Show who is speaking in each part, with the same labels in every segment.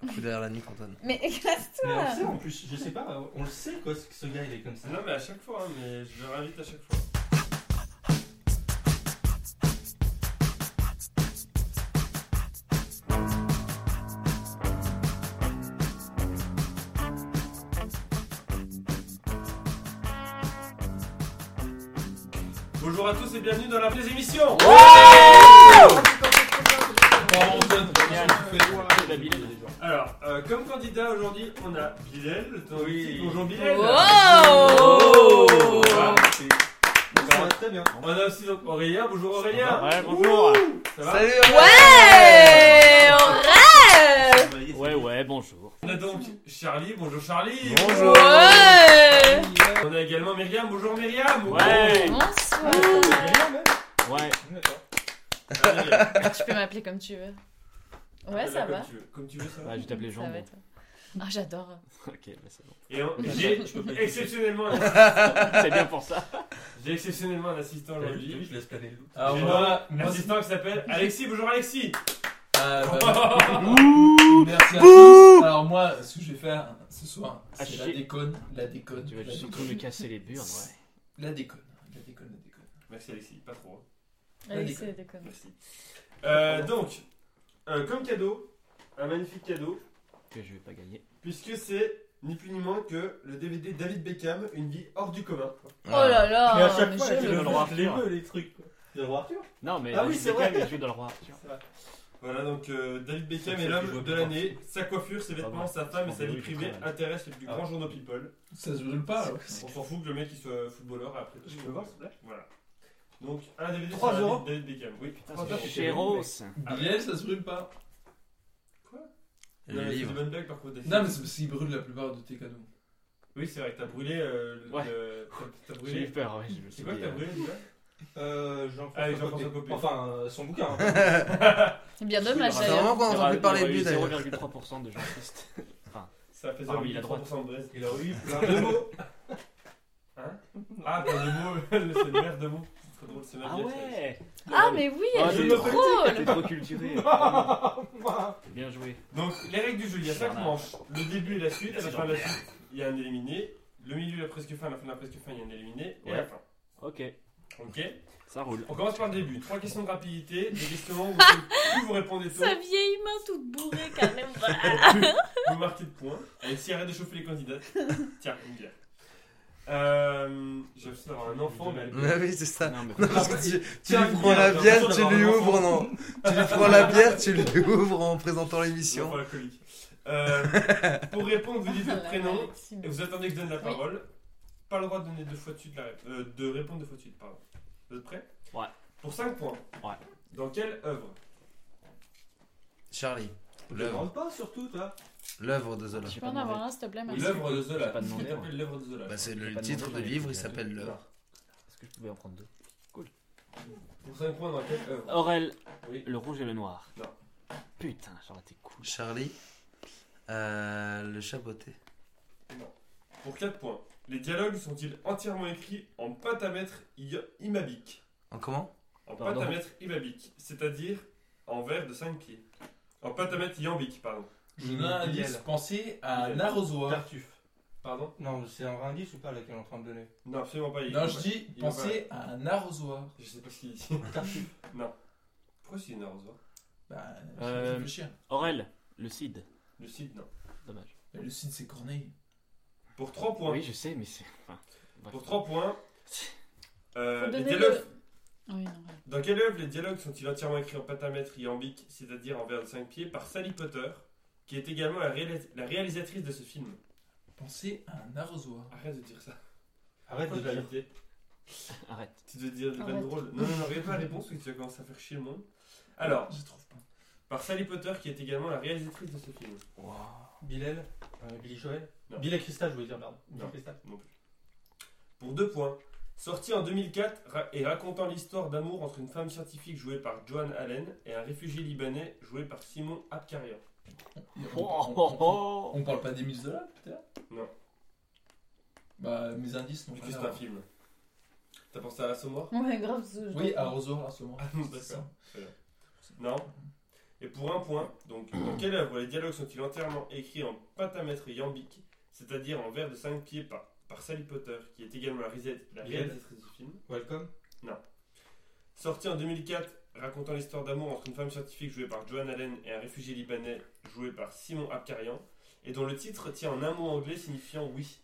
Speaker 1: Coup derrière la nuque, Antoine.
Speaker 2: Mais
Speaker 3: Mais on le
Speaker 2: casse-toi
Speaker 3: sait en plus, je sais pas, on le sait quoi, ce- que ce gars il est comme ça.
Speaker 4: Non, mais à chaque fois, hein, mais je le réinvite à chaque fois. Bonjour à tous et bienvenue dans la vraie émission Pardon, Antoine, Ah, tu fais- Alors, euh, comme candidat aujourd'hui, on a Bilal, le temps
Speaker 3: Oui.
Speaker 4: Bonjour Bilal
Speaker 2: Wow
Speaker 4: Voilà, c'est-
Speaker 3: Ça va très bien.
Speaker 4: On a aussi donc Aurélien, bonjour Aurélien
Speaker 5: Ouais, bonjour.
Speaker 4: Ça va
Speaker 1: Salut
Speaker 2: Ouais On rêve
Speaker 5: Ouais, ouais, bonjour.
Speaker 4: On a donc Charlie, bonjour Charlie
Speaker 1: Bonjour.
Speaker 2: Ouais
Speaker 4: On a également Myriam, bonjour Myriam
Speaker 5: Ouais,
Speaker 2: Bonsoir
Speaker 5: ouais.
Speaker 4: Ah, Myriam.
Speaker 2: Tu peux m'appeler comme tu veux. Ouais,
Speaker 4: Appelle-la
Speaker 2: ça
Speaker 4: comme
Speaker 2: va.
Speaker 4: tu veux. Comme tu veux, ça va.
Speaker 5: Bah, je t'appelais Jean.
Speaker 2: Ça va
Speaker 5: bon.
Speaker 2: et toi Ah, j'adore.
Speaker 5: Ok, bah, c'est bon.
Speaker 4: Et on- j'ai exceptionnellement,
Speaker 5: C'est bien pour ça.
Speaker 4: j'ai exceptionnellement un assistant aujourd'hui.
Speaker 3: laisse planer le loup.
Speaker 4: Alors
Speaker 3: J'ai-
Speaker 4: moi, un assistant qui s'appelle Alexis, bonjour Alexis
Speaker 6: Ah, bah,
Speaker 5: Ouh
Speaker 6: merci à tous. Alors moi, ce que je vais faire ce soir,
Speaker 5: Ah,
Speaker 6: c'est la
Speaker 5: chier.
Speaker 6: déconne, la déconne,
Speaker 5: Tu vas
Speaker 6: la déconne,
Speaker 5: surtout me casser les burnes, ouais.
Speaker 6: la déconne, la déconne, la déconne.
Speaker 4: Merci Alexis, pas trop. hein.
Speaker 2: Allez,
Speaker 6: Allez.
Speaker 2: c'est déconne.
Speaker 4: Merci. Euh, donc, euh, comme cadeau, un magnifique cadeau,
Speaker 5: Que je vais pas gagner.
Speaker 4: puisque c'est ni plus ni moins que le DVD David Beckham, Une vie hors du commun.
Speaker 1: Ah.
Speaker 2: Oh là là
Speaker 3: Mais à chaque
Speaker 2: mais
Speaker 3: fois,
Speaker 2: je
Speaker 3: je
Speaker 2: le
Speaker 3: le
Speaker 2: veux.
Speaker 5: droit à
Speaker 3: droit, je les
Speaker 5: faire.
Speaker 3: veux les trucs. quoi. Je le droit.
Speaker 5: Non, mais
Speaker 4: Ah
Speaker 5: David
Speaker 4: oui, c'est
Speaker 5: Beckham,
Speaker 4: vrai.
Speaker 5: il joue dans le roi. tu vois.
Speaker 4: Voilà, donc euh, David Beckham
Speaker 3: C'est ça
Speaker 4: est
Speaker 3: qui joue
Speaker 4: l'homme
Speaker 3: à
Speaker 4: de
Speaker 3: Big
Speaker 4: l'année. Sa coiffure, ses
Speaker 5: Pas
Speaker 4: vêtements,
Speaker 5: moi.
Speaker 4: sa femme et
Speaker 5: Je
Speaker 4: sa
Speaker 5: m'en
Speaker 4: vie
Speaker 5: vais, je
Speaker 4: privée
Speaker 5: travaille.
Speaker 4: intéressent les plus
Speaker 3: Ah.
Speaker 4: grands journaux People.
Speaker 6: Ça se brûle pas. alors.
Speaker 4: On s'en fout que le mec il soit footballeur après.
Speaker 3: Je peux voir, s'il te plaît
Speaker 4: Voilà. Donc un DVD sur
Speaker 3: 3
Speaker 4: David-
Speaker 3: euros
Speaker 4: David Beckham. Oui, putain,
Speaker 5: Putain, c'est
Speaker 4: c'est
Speaker 5: chez Rose.
Speaker 6: Bilal, ça se brûle pas.
Speaker 4: Non,
Speaker 1: Le
Speaker 4: mais c'est des
Speaker 1: livre.
Speaker 4: bonnes blagues par contre. David.
Speaker 6: Non mais c'est parce qu'il brûle la plupart de tes cadeaux.
Speaker 4: Oui, c'est vrai que t'as brûlé. euh, le-
Speaker 5: Ouais.
Speaker 4: le- t'as- T'as
Speaker 5: J'ai euh, eu
Speaker 4: brûlé.
Speaker 5: peur, ouais, je me
Speaker 4: C'est
Speaker 5: suis
Speaker 4: quoi que
Speaker 5: dit.
Speaker 4: t'as brûlé déjà
Speaker 3: Euh,
Speaker 4: Ah, oui,
Speaker 3: Jean-François
Speaker 4: Jean-François
Speaker 3: Copé.
Speaker 4: Copé.
Speaker 3: Enfin, euh, son bouquin. hein.
Speaker 2: C'est bien dommage,
Speaker 5: C'est
Speaker 1: C'est
Speaker 2: d'ailleurs.
Speaker 1: vraiment qu'on
Speaker 5: Il y
Speaker 1: entend
Speaker 5: aura-
Speaker 1: plus parler de
Speaker 5: il y
Speaker 1: lui
Speaker 5: aura eu
Speaker 1: d'ailleurs.
Speaker 5: 0,3% de gens tristes.
Speaker 4: Ça fait
Speaker 5: Parmi la
Speaker 4: 0,3% de Brest.
Speaker 3: Il a eu plein de mots.
Speaker 4: Ah, plein de mots. C'est une merde de mots. C'est trop drôle, c'est ma
Speaker 5: Ah
Speaker 4: vie,
Speaker 5: ouais
Speaker 2: Ah, mais oui,
Speaker 5: Ah,
Speaker 2: elle
Speaker 4: je
Speaker 2: est
Speaker 4: me
Speaker 7: oh,
Speaker 2: drôle
Speaker 5: T'es trop culturé. Bien joué.
Speaker 4: Donc, les règles du jeu, il y a 5
Speaker 5: Bernard.
Speaker 4: manches. Le début et la suite, à la
Speaker 5: Merci,
Speaker 4: fin de la
Speaker 5: Jean-Pierre.
Speaker 4: suite, il y a un éliminé. Le milieu, la presque fin, la fin, la presque fin, il y a un éliminé. Et
Speaker 5: Ouais.
Speaker 4: la fin.
Speaker 5: Ok,
Speaker 4: Ok
Speaker 5: ça roule.
Speaker 4: On commence par le début. Trois questions de rapidité. Des questions où plus vous répondez tôt,
Speaker 2: Sa vieille main toute bourrée, carrément.
Speaker 4: vous marquez de points. Alexis, arrête de chauffer les candidats. Tiens, une bière. Euh, J'ai l'impression d'avoir un enfant, mais elle-
Speaker 1: Ouais, oui, c'est ça.
Speaker 5: Non, mais
Speaker 1: Non,
Speaker 6: Ah,
Speaker 1: parce
Speaker 6: bah,
Speaker 1: que tu, tu
Speaker 4: Tiens,
Speaker 1: lui prends la
Speaker 4: Guillaume, j'ai
Speaker 1: bière, tu
Speaker 4: l'impression
Speaker 1: lui
Speaker 4: d'avoir un
Speaker 1: ouvres non. Tu lui prends la bière, tu lui ouvres en présentant
Speaker 4: un enfant
Speaker 1: l'émission.
Speaker 4: alcoolique. Euh, pour répondre, vous dites
Speaker 7: Ah,
Speaker 4: votre prénom et vous attendez que je donne la
Speaker 2: Oui.
Speaker 4: parole. Pas le droit de donner deux fois de suite la ré- euh, de répondre deux fois de suite, pardon. Vous êtes prêts
Speaker 5: Ouais.
Speaker 4: Pour 5 points.
Speaker 5: Ouais.
Speaker 4: Dans quelle œuvre
Speaker 1: Charlie,
Speaker 3: Tu
Speaker 1: L'œuvre.
Speaker 3: demandes pas surtout, toi.
Speaker 1: l'œuvre de Zola.
Speaker 5: J'ai
Speaker 2: Tu peux
Speaker 5: pas
Speaker 2: en
Speaker 5: demandé.
Speaker 2: avoir un, s'il te plaît,
Speaker 5: Oui.
Speaker 2: merci.
Speaker 4: L'œuvre de Zola.
Speaker 5: J'ai pas
Speaker 4: Qu'est-ce
Speaker 5: demandé,
Speaker 4: qu'on appelle l'œuvre de Zola
Speaker 1: Bah, c'est
Speaker 5: J'ai
Speaker 1: le
Speaker 5: pas
Speaker 1: titre
Speaker 5: demandé,
Speaker 1: du
Speaker 5: j'ai
Speaker 1: livre, il
Speaker 5: dit.
Speaker 1: s'appelle euh, l'œuvre.
Speaker 5: Est-ce que je pouvais en prendre deux
Speaker 4: Pour 5 points, dans quelle œuvre
Speaker 5: Aurel,
Speaker 4: Oui.
Speaker 5: le rouge et le noir.
Speaker 4: Non.
Speaker 5: Putain, Charlotte, t'es cool.
Speaker 1: Charlie, euh, le chapeauté.
Speaker 4: Pour 4 points. Les dialogues sont-ils entièrement écrits en pentamètre i- imabique
Speaker 1: En comment
Speaker 4: En
Speaker 5: Pardon
Speaker 4: pentamètre imabique, c'est-à-dire en verre de 5 pieds. En pentamètre iambique, pardon.
Speaker 6: Je donne un
Speaker 3: Bilal.
Speaker 6: indice. Pensez à un
Speaker 3: Bilal.
Speaker 6: arrosoir.
Speaker 3: Tartuffe.
Speaker 4: Pardon
Speaker 3: Non, c'est un indice ou pas là qu'elle est en train de donner
Speaker 4: Non, absolument pas. il-
Speaker 6: Non je dis
Speaker 4: Il
Speaker 6: pensez à un arrosoir.
Speaker 4: Je sais pas ce qu'il dit.
Speaker 3: Tartuffe.
Speaker 4: Pourquoi c'est une arrosoir
Speaker 6: Bah
Speaker 5: Euh,
Speaker 6: je réfléchir.
Speaker 5: Aurel, le cid.
Speaker 4: Le cid, non.
Speaker 5: Dommage.
Speaker 6: Bah, Le site c'est Corneille.
Speaker 4: Pour 3 points.
Speaker 5: Oui, je sais, mais c'est. enfin, bref.
Speaker 4: Pour 3 points. euh,
Speaker 2: Faut
Speaker 4: les
Speaker 2: donner
Speaker 4: dialogues
Speaker 2: le- Oui, non, ouais.
Speaker 4: Dans quelle œuvre les dialogues sont-ils entièrement écrits en pentamètre iambique, c'est-à-dire en vers de 5 pieds, par Sally Potter, qui est également la, réalis- la réalisatrice de ce film
Speaker 6: Pensez à un arrosoir.
Speaker 4: Arrête de dire ça.
Speaker 3: Arrête de
Speaker 4: Pourquoi
Speaker 3: la
Speaker 4: tu dis-
Speaker 5: Arrête.
Speaker 4: Tu dois dire des vannes
Speaker 2: Arrête.
Speaker 4: drôles. Non, non, non, regarde pas la réponse, parce que tu vas commencer à faire chier le monde. Alors,
Speaker 6: je Ah, trouve pas.
Speaker 4: par Sally Potter, qui est également la réalisatrice de ce film.
Speaker 3: Bilal euh, Billy Joel
Speaker 4: Non.
Speaker 3: Billy Crystal, je voulais dire, pardon.
Speaker 4: Non.
Speaker 3: Billy Crystal.
Speaker 4: Non plus. Pour deux points. Sorti en 2004 ra- et racontant l'histoire d'amour entre une femme scientifique jouée par Joan Allen et un réfugié libanais joué par Simon Abkarian.
Speaker 6: On,
Speaker 5: Oh,
Speaker 6: on- on- on parle pas des muses de là, peut-être
Speaker 4: Non.
Speaker 6: Bah mes indices non.
Speaker 4: Vu que c'est un film. T'as pensé à la Sommoir
Speaker 2: Ouais, grave, ce- je
Speaker 6: Oui,
Speaker 2: dois-
Speaker 6: arrosoir à ce moment.
Speaker 4: Ah, d'accord.
Speaker 6: C'est ça.
Speaker 4: Non. Et pour un point, donc, dans quelle œuvre les dialogues sont-ils entièrement écrits en pentamètre iambique, c'est-à-dire en vers de 5 pieds par, par Sally Potter, qui est également la, réalis- la
Speaker 3: Bien.
Speaker 4: réalisatrice du film
Speaker 3: Welcome.
Speaker 4: Sorti en 2004, racontant l'histoire d'amour entre une femme scientifique jouée par Joan Allen et un réfugié libanais joué par Simon Abkarian, et dont le titre tient en un mot anglais signifiant oui.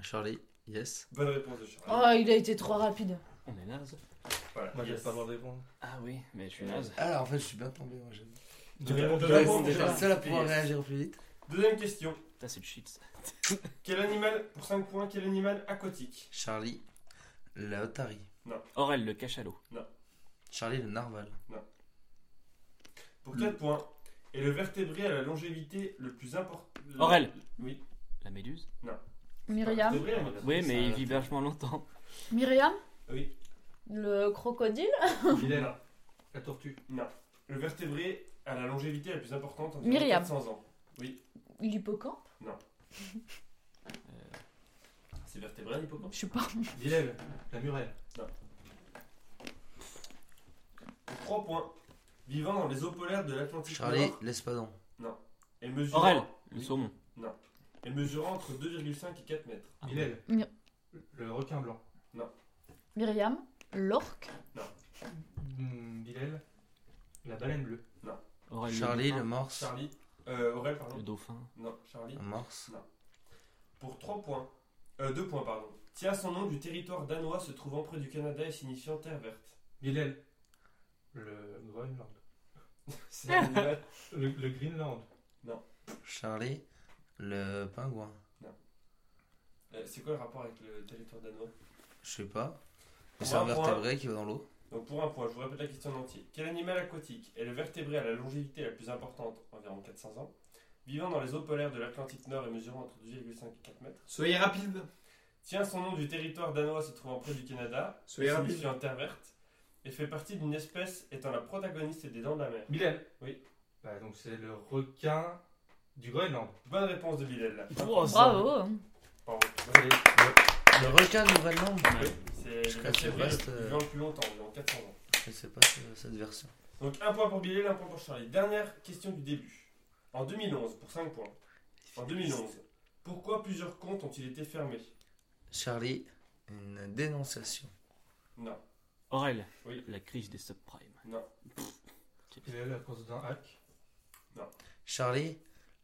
Speaker 1: Charlie, yes.
Speaker 4: Bonne réponse de Charles.
Speaker 2: Oh, il a été trop rapide.
Speaker 5: On est naze.
Speaker 1: Oh.
Speaker 4: Voilà.
Speaker 3: Moi,
Speaker 4: yes.
Speaker 3: j'ai pas le droit de répondre.
Speaker 5: Ah oui, mais je suis naze.
Speaker 1: Alors en fait, je suis bien tombé. Moi, j'aime.
Speaker 3: De
Speaker 4: Ouais,
Speaker 3: répondre
Speaker 4: de
Speaker 3: de répondre
Speaker 4: répondre
Speaker 1: c'est
Speaker 4: euh, déjà.
Speaker 1: la seule à
Speaker 5: c'était
Speaker 1: pouvoir
Speaker 5: yes.
Speaker 1: réagir plus vite.
Speaker 4: Deuxième question.
Speaker 5: Putain, c'est du shit. ça.
Speaker 4: Quel animal, pour 5 points, quel animal aquatique
Speaker 1: Charlie, la otarie.
Speaker 5: Aurel, le cachalot.
Speaker 1: Charlie, le narval.
Speaker 4: Pour 4 points, et le vertébré à la longévité le plus important.
Speaker 5: Aurel.
Speaker 4: Oui.
Speaker 5: La méduse
Speaker 4: Le
Speaker 2: Myriam.
Speaker 4: vertébré, mais-
Speaker 5: Oui, mais
Speaker 4: ça-
Speaker 5: il vit vachement longtemps.
Speaker 2: Myriam
Speaker 4: Oui.
Speaker 2: Le crocodile
Speaker 3: Bilal, la tortue.
Speaker 4: Le vertébré à la longévité la plus importante en
Speaker 2: Myriam.
Speaker 4: 400 ans.
Speaker 2: L'hippocampe
Speaker 4: C'est vertébré, l'hippocampe
Speaker 2: Je sais pas.
Speaker 3: Bilal, la murelle.
Speaker 4: 3 points. Vivant dans les eaux polaires de l'Atlantique
Speaker 1: Charlie,
Speaker 4: Nord
Speaker 1: l'espadon.
Speaker 4: et mesurant,
Speaker 5: Aurel, le
Speaker 4: Oui.
Speaker 5: saumon.
Speaker 4: et mesurant entre 2,5 et 4 mètres.
Speaker 5: Ah,
Speaker 3: Bilal,
Speaker 2: Mi-
Speaker 3: le requin blanc.
Speaker 2: Myriam L'orque
Speaker 3: Hmm, Bilal, la baleine bleue.
Speaker 5: Aurel,
Speaker 1: Charlie, le
Speaker 5: dauphin.
Speaker 1: morse.
Speaker 4: Charlie. Euh, Aurel,
Speaker 5: le
Speaker 4: pardon.
Speaker 5: dauphin.
Speaker 4: Non, Charlie.
Speaker 1: Le morse.
Speaker 4: Pour 3 points. Euh, 2 points, pardon. Tient son nom du territoire danois se trouvant près du Canada et signifiant terre verte.
Speaker 3: Bilal, le Groenland.
Speaker 4: C'est euh, un animal.
Speaker 3: Le, le Greenland.
Speaker 1: Charlie, le pingouin.
Speaker 4: Euh, c'est quoi le rapport avec le territoire danois
Speaker 1: Je sais pas.
Speaker 4: Pour
Speaker 1: C'est un
Speaker 4: un point.
Speaker 1: vertébré qui va dans l'eau.
Speaker 4: Donc pour un point, je vous répète la question en entier. Quel animal aquatique est le vertébré à la longévité la plus importante, environ 400 ans, vivant dans les eaux polaires de l'Atlantique Nord et mesurant entre 2,5 et 4 mètres
Speaker 7: Soyez rapide.
Speaker 4: Tient son nom du territoire danois se trouvant près du Canada,
Speaker 7: Soyez rapide.
Speaker 4: signifie en terre verte, et fait partie d'une espèce étant la protagoniste des dents de la mer.
Speaker 3: Bilal.
Speaker 4: Oui.
Speaker 3: Bah, donc c'est le requin du Groenland.
Speaker 4: Bonne réponse de Bilal.
Speaker 5: Oh, ça-
Speaker 2: Bravo
Speaker 4: Bravo.
Speaker 1: Le requin du Groenland.
Speaker 4: Oui, c'est
Speaker 1: Je
Speaker 4: le
Speaker 1: crois que
Speaker 4: vertébré
Speaker 1: le reste,
Speaker 4: le plus
Speaker 1: euh,
Speaker 4: vivant le plus longtemps, environ 400 ans.
Speaker 1: Je sais pas ce- cette version.
Speaker 4: Donc un point pour Bilal, un point pour Charlie. Dernière question du début. En 2011, pour 5 points. En 2011, pourquoi plusieurs comptes ont-ils été fermés
Speaker 1: Charlie, une dénonciation.
Speaker 4: Non.
Speaker 5: Aurel,
Speaker 4: Oui.
Speaker 5: la crise des subprimes.
Speaker 3: Bilal à cause d'un hack.
Speaker 1: Charlie,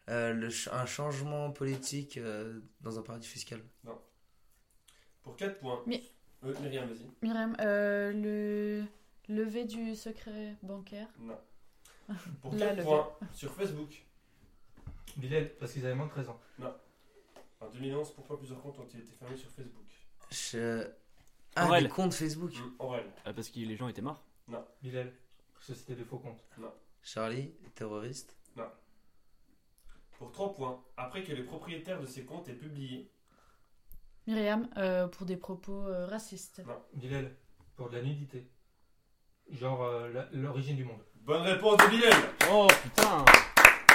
Speaker 1: euh, le ch- un changement politique euh, dans un paradis fiscal.
Speaker 4: Pour 4 points.
Speaker 2: Mais-
Speaker 4: Euh, Myriam, vas-y.
Speaker 2: Myriam, euh, le lever du secret bancaire.
Speaker 4: Non. Pour
Speaker 2: Là,
Speaker 4: 4
Speaker 2: le
Speaker 4: points. Sur Facebook,
Speaker 3: Bilal, parce qu'ils avaient moins de 13 ans.
Speaker 4: en 2011, pourquoi plusieurs comptes ont-ils été fermés sur Facebook
Speaker 1: Je- Ah,
Speaker 5: Aurel.
Speaker 1: des comptes Facebook.
Speaker 4: Hmm, Aurel.
Speaker 5: Ah, parce que les gens étaient morts.
Speaker 3: Bilal, société de faux comptes.
Speaker 1: Charlie, terroriste.
Speaker 4: Pour 3 points. Après que les propriétaires de ces comptes aient publié.
Speaker 2: Myriam, euh, pour des propos euh, racistes.
Speaker 3: Bilal, pour de la nudité. Genre euh, la- l'origine du monde.
Speaker 4: Bonne réponse de Bilal
Speaker 5: Oh putain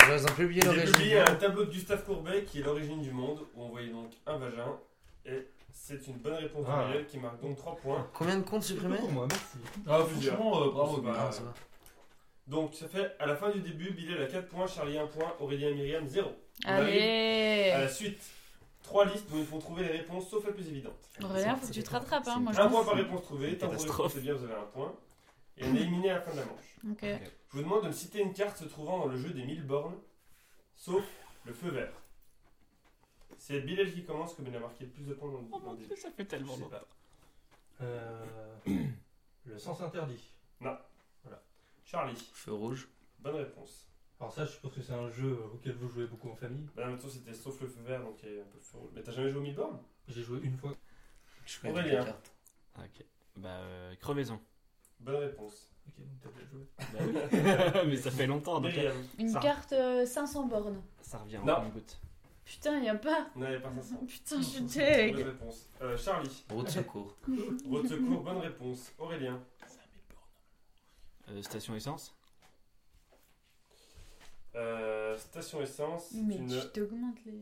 Speaker 1: Genre, ils ont publié euh,
Speaker 4: Il
Speaker 1: leur
Speaker 4: a publié
Speaker 1: régime.
Speaker 4: un tableau de Gustave Courbet qui est l'origine du monde, où on voyait donc un vagin. Et c'est une bonne réponse
Speaker 3: Ah.
Speaker 4: de Bilal qui marque donc 3 points.
Speaker 1: Combien de comptes
Speaker 6: C'est pas
Speaker 1: supprimés
Speaker 6: pour moi, merci.
Speaker 4: Ah,
Speaker 6: Franchement, euh, bravo.
Speaker 4: Bah,
Speaker 1: Non, ça va.
Speaker 4: Donc ça fait à la fin du début, Bilal a 4 points, Charlie 1 point, Aurélien et Myriam 0. On arrive à
Speaker 2: Allez
Speaker 4: la suite. 3 listes où il faut trouver les réponses sauf la plus évidente.
Speaker 2: Aurélien, faut que tu te rattrapes, hein,
Speaker 5: C'est
Speaker 7: Oh,
Speaker 2: moi je
Speaker 4: Un point
Speaker 2: pense.
Speaker 4: par réponse trouvée, tant que vous
Speaker 5: Catastrophe.
Speaker 4: répondez bien vous avez un point. Et on est éliminé à la fin de la manche.
Speaker 2: Ok.
Speaker 4: Je vous demande de me citer une carte se trouvant dans le jeu des 1000 bornes, sauf le feu vert. C'est Bilal qui commence comme il a marqué le plus de points dans le-
Speaker 5: Oh
Speaker 4: dans
Speaker 5: mon
Speaker 4: le
Speaker 5: dieu,
Speaker 4: début.
Speaker 5: ça fait tellement
Speaker 4: Je sais
Speaker 5: longtemps.
Speaker 4: pas.
Speaker 3: Euh, le sens interdit.
Speaker 4: Charlie,
Speaker 1: Feu rouge.
Speaker 4: bonne réponse.
Speaker 3: Alors ça, je pense que c'est un jeu auquel vous jouez beaucoup en famille.
Speaker 4: Bah, en même temps, c'était sauf le feu vert, donc il y a un peu le feu rouge. Mais t'as jamais joué aux 1000 bornes
Speaker 3: J'ai joué une fois.
Speaker 1: Je connais
Speaker 4: Aurélien.
Speaker 1: toutes les cartes.
Speaker 5: Ok. Bah, euh, crevaison.
Speaker 4: Bonne réponse.
Speaker 3: Ok, donc t'as déjà joué.
Speaker 5: Bah oui. mais ça fait longtemps, donc
Speaker 4: Myriam,
Speaker 2: Une
Speaker 5: Ça.
Speaker 2: carte euh, 500 bornes.
Speaker 5: ça revient
Speaker 4: Non.
Speaker 5: en goutte.
Speaker 2: Putain, y a pas.
Speaker 4: on n'avait pas 500.
Speaker 2: Putain, je suis
Speaker 4: Bonne
Speaker 2: deg.
Speaker 4: réponse. Euh, Charlie,
Speaker 1: Route de secours.
Speaker 4: route secours, bonne réponse. Aurélien,
Speaker 5: Euh, station essence
Speaker 4: euh, station essence, c'est
Speaker 2: Mais
Speaker 4: une
Speaker 2: tu t'augmentes les.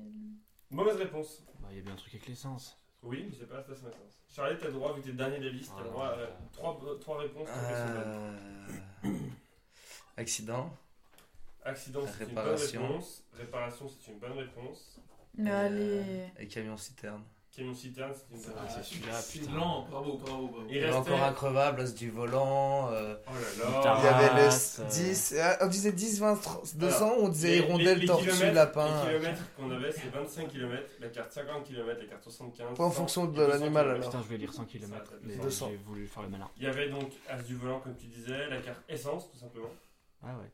Speaker 4: mauvaise réponse.
Speaker 5: Bah, il y a bien un truc avec l'essence.
Speaker 4: Oui, mais c'est pas la station essence. Charlie, t'as le droit, vu que t'es le dernier de la liste, t'as le euh, droit à 3 réponses. pour que ce soit bonne.
Speaker 1: Euh, Accident.
Speaker 4: Accident, c'est une bonne
Speaker 1: Réparation.
Speaker 4: réponse. Réparation, c'est une bonne réponse.
Speaker 2: Mais
Speaker 1: Et, euh,
Speaker 2: allez.
Speaker 1: Et camion citerne.
Speaker 4: Camion citerne, c'est une bonne
Speaker 5: Ah,
Speaker 4: réponse.
Speaker 5: c'est celui-là,
Speaker 6: C'est
Speaker 5: putain.
Speaker 6: lent, bravo, bravo, bravo.
Speaker 4: Il
Speaker 1: Et
Speaker 4: restait-
Speaker 1: encore increvable, os du volant. euh,
Speaker 4: Oh
Speaker 5: Putain.
Speaker 1: Il
Speaker 4: là
Speaker 1: y
Speaker 4: là.
Speaker 1: avait
Speaker 5: Race, euh.
Speaker 1: le 10, ah, on disait 10, 20, 30, 200,
Speaker 4: Alors,
Speaker 1: on disait
Speaker 4: les- les-
Speaker 1: hirondelle,
Speaker 4: les
Speaker 1: tortue,
Speaker 4: kilomètres-
Speaker 1: lapin.
Speaker 4: Les kilomètres qu'on avait, c'est 25 km, la carte 50 km, la carte 75.
Speaker 1: Pas en
Speaker 4: 100,
Speaker 1: fonction
Speaker 4: et
Speaker 1: de
Speaker 4: 200
Speaker 1: l'animal,
Speaker 4: kilomètres.
Speaker 1: alors.
Speaker 5: Putain, je voulais dire 100 km,
Speaker 4: Ça, ça,
Speaker 5: mais
Speaker 1: 200.
Speaker 5: j'ai voulu faire le malin.
Speaker 4: Il y avait donc As du volant, comme tu disais, la carte essence, tout simplement.
Speaker 5: Ah ouais.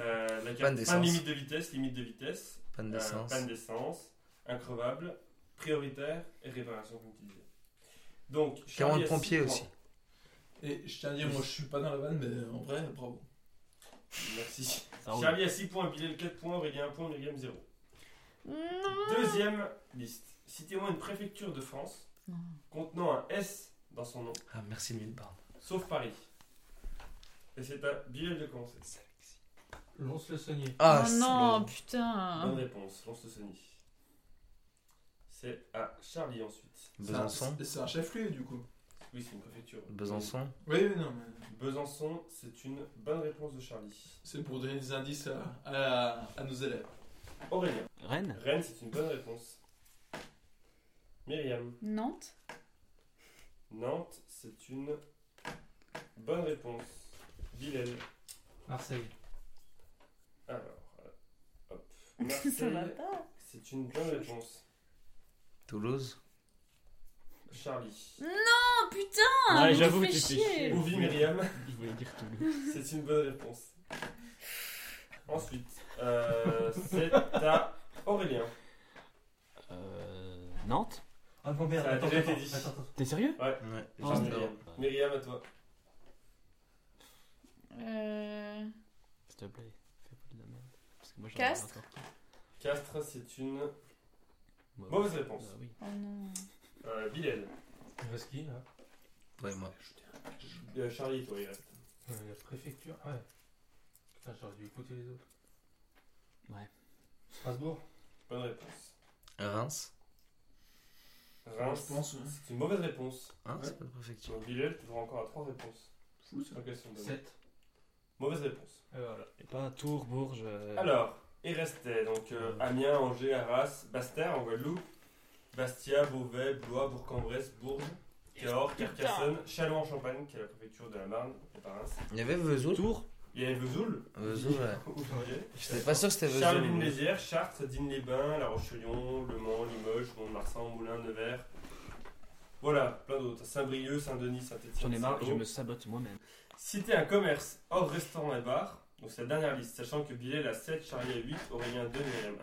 Speaker 4: Euh, la
Speaker 1: Panne
Speaker 4: carte
Speaker 1: d'essence.
Speaker 4: pas limite de vitesse, limite de vitesse,
Speaker 1: Panne
Speaker 4: euh,
Speaker 1: d'essence.
Speaker 4: panne d'essence, increvable, prioritaire et réparation, comme tu disais. Donc,
Speaker 1: Camion
Speaker 4: Charlie
Speaker 1: de
Speaker 4: a
Speaker 1: pompier
Speaker 4: six
Speaker 1: aussi.
Speaker 6: Et je tiens à dire, moi je suis pas dans la vanne, mais en vrai, bravo.
Speaker 4: points. Merci.
Speaker 5: Ça roule.
Speaker 4: Charlie a 6 points, Bilal 4 points, Aurélien 1 point, Myriam 0.
Speaker 2: Non
Speaker 4: Deuxième liste. Citez-moi une préfecture de France
Speaker 2: Non.
Speaker 4: contenant un S dans son nom,
Speaker 1: Ah, merci mille pardon.
Speaker 4: sauf Paris. Et c'est à Bilal de commencer.
Speaker 3: Lance le saunier.
Speaker 1: Ah,
Speaker 2: Oh
Speaker 1: c'est
Speaker 2: non,
Speaker 1: le-
Speaker 2: putain.
Speaker 7: Ah.
Speaker 4: Bonne réponse, lance le Sony. C'est à Charlie ensuite.
Speaker 6: C'est un-
Speaker 1: Besançon.
Speaker 6: C'est un chef-lieu du coup.
Speaker 4: Oui, c'est une préfecture.
Speaker 1: Besançon.
Speaker 6: Oui, oui, non, mais
Speaker 4: Besançon, c'est une bonne réponse de Charlie.
Speaker 6: c'est pour donner des indices à, à- à nos élèves.
Speaker 4: Aurélien.
Speaker 5: Rennes
Speaker 4: Rennes, c'est une bonne réponse. Myriam.
Speaker 2: Nantes
Speaker 4: Nantes, c'est une bonne réponse. Bilal.
Speaker 3: Marseille.
Speaker 4: Alors, euh, hop.
Speaker 2: Ça va
Speaker 4: Marseille,
Speaker 2: pas
Speaker 4: c'est une bonne réponse.
Speaker 1: Toulouse.
Speaker 4: Charlie.
Speaker 2: Oh putain
Speaker 5: Ouais,
Speaker 2: mais tu
Speaker 5: j'avoue,
Speaker 2: fais
Speaker 5: tu fais chier.
Speaker 4: Ouvi Myriam.
Speaker 5: Je voulais dire Toulouse.
Speaker 4: C'est une bonne réponse. Ensuite, euh, c'est à Aurélien.
Speaker 5: Euh, Nantes
Speaker 3: Ah bon, merde,
Speaker 4: Ça a
Speaker 3: attends,
Speaker 4: déjà
Speaker 3: attends,
Speaker 4: été dit.
Speaker 3: attends, attends.
Speaker 5: T'es sérieux
Speaker 1: Ouais,
Speaker 3: Oh,
Speaker 1: juste
Speaker 3: mais-
Speaker 1: avant.
Speaker 4: Myriam, à toi.
Speaker 2: Euh...
Speaker 5: S'il te plaît, fais pas de la merde. Parce que moi, j'en ai
Speaker 2: Castres
Speaker 5: encore.
Speaker 4: Castres, c'est une
Speaker 5: Bah,
Speaker 4: mauvaise
Speaker 5: bah
Speaker 4: réponse.
Speaker 5: oui.
Speaker 2: Oh non.
Speaker 4: Euh, Bilal.
Speaker 3: Reski, là.
Speaker 1: Ouais, moi.
Speaker 4: Euh, Charlie, toi, il reste.
Speaker 3: Euh, La préfecture, ouais. Putain, j'aurais dû écouter les autres.
Speaker 5: Ouais.
Speaker 3: Strasbourg
Speaker 6: Bah
Speaker 4: Bonne réponse.
Speaker 1: Reims.
Speaker 4: Reims,
Speaker 6: Je pense, ouais.
Speaker 4: c'est une mauvaise réponse.
Speaker 1: Hein, c'est pas de préfecture.
Speaker 4: Donc, Bilal, tu devras encore à 3 réponses.
Speaker 6: Fou, ça.
Speaker 4: Sur la question de-
Speaker 3: 7.
Speaker 4: Mauvaise réponse.
Speaker 3: Et voilà.
Speaker 5: Et pas Tours, Bourges. euh,
Speaker 4: Alors, il restait donc euh, Amiens, Angers, Arras, Bastère en Guadeloupe, Bastia, Beauvais, Blois, Bourg-en-Bresse, Bourges, Cahors, Carcassonne, Châlons-en-Champagne, qui est la préfecture de la Marne et par Reims.
Speaker 1: Il y avait Vesoul.
Speaker 5: Tours
Speaker 4: Il y avait Vesoul.
Speaker 1: Vesoul, ouais.
Speaker 4: Oublié.
Speaker 1: J'étais pas sûr que c'était Vesoul.
Speaker 4: Charles-Ville-Mézières, Chartres, Digne-les-Bains, La Roche-sur-Yon, Le Mans, Limoges, Mont-de-Marsan, Moulins, Nevers. Voilà, plein d'autres. Saint-Brieuc, Saint-Denis, Saint-Étienne.
Speaker 5: J'en ai marre, je
Speaker 4: Saint-Lô.
Speaker 5: me sabote moi-même.
Speaker 4: Citer un commerce hors restaurant et bar, donc c'est la dernière liste, sachant que Bilal a 7, Charlie a 8, Aurélien 2, Myriam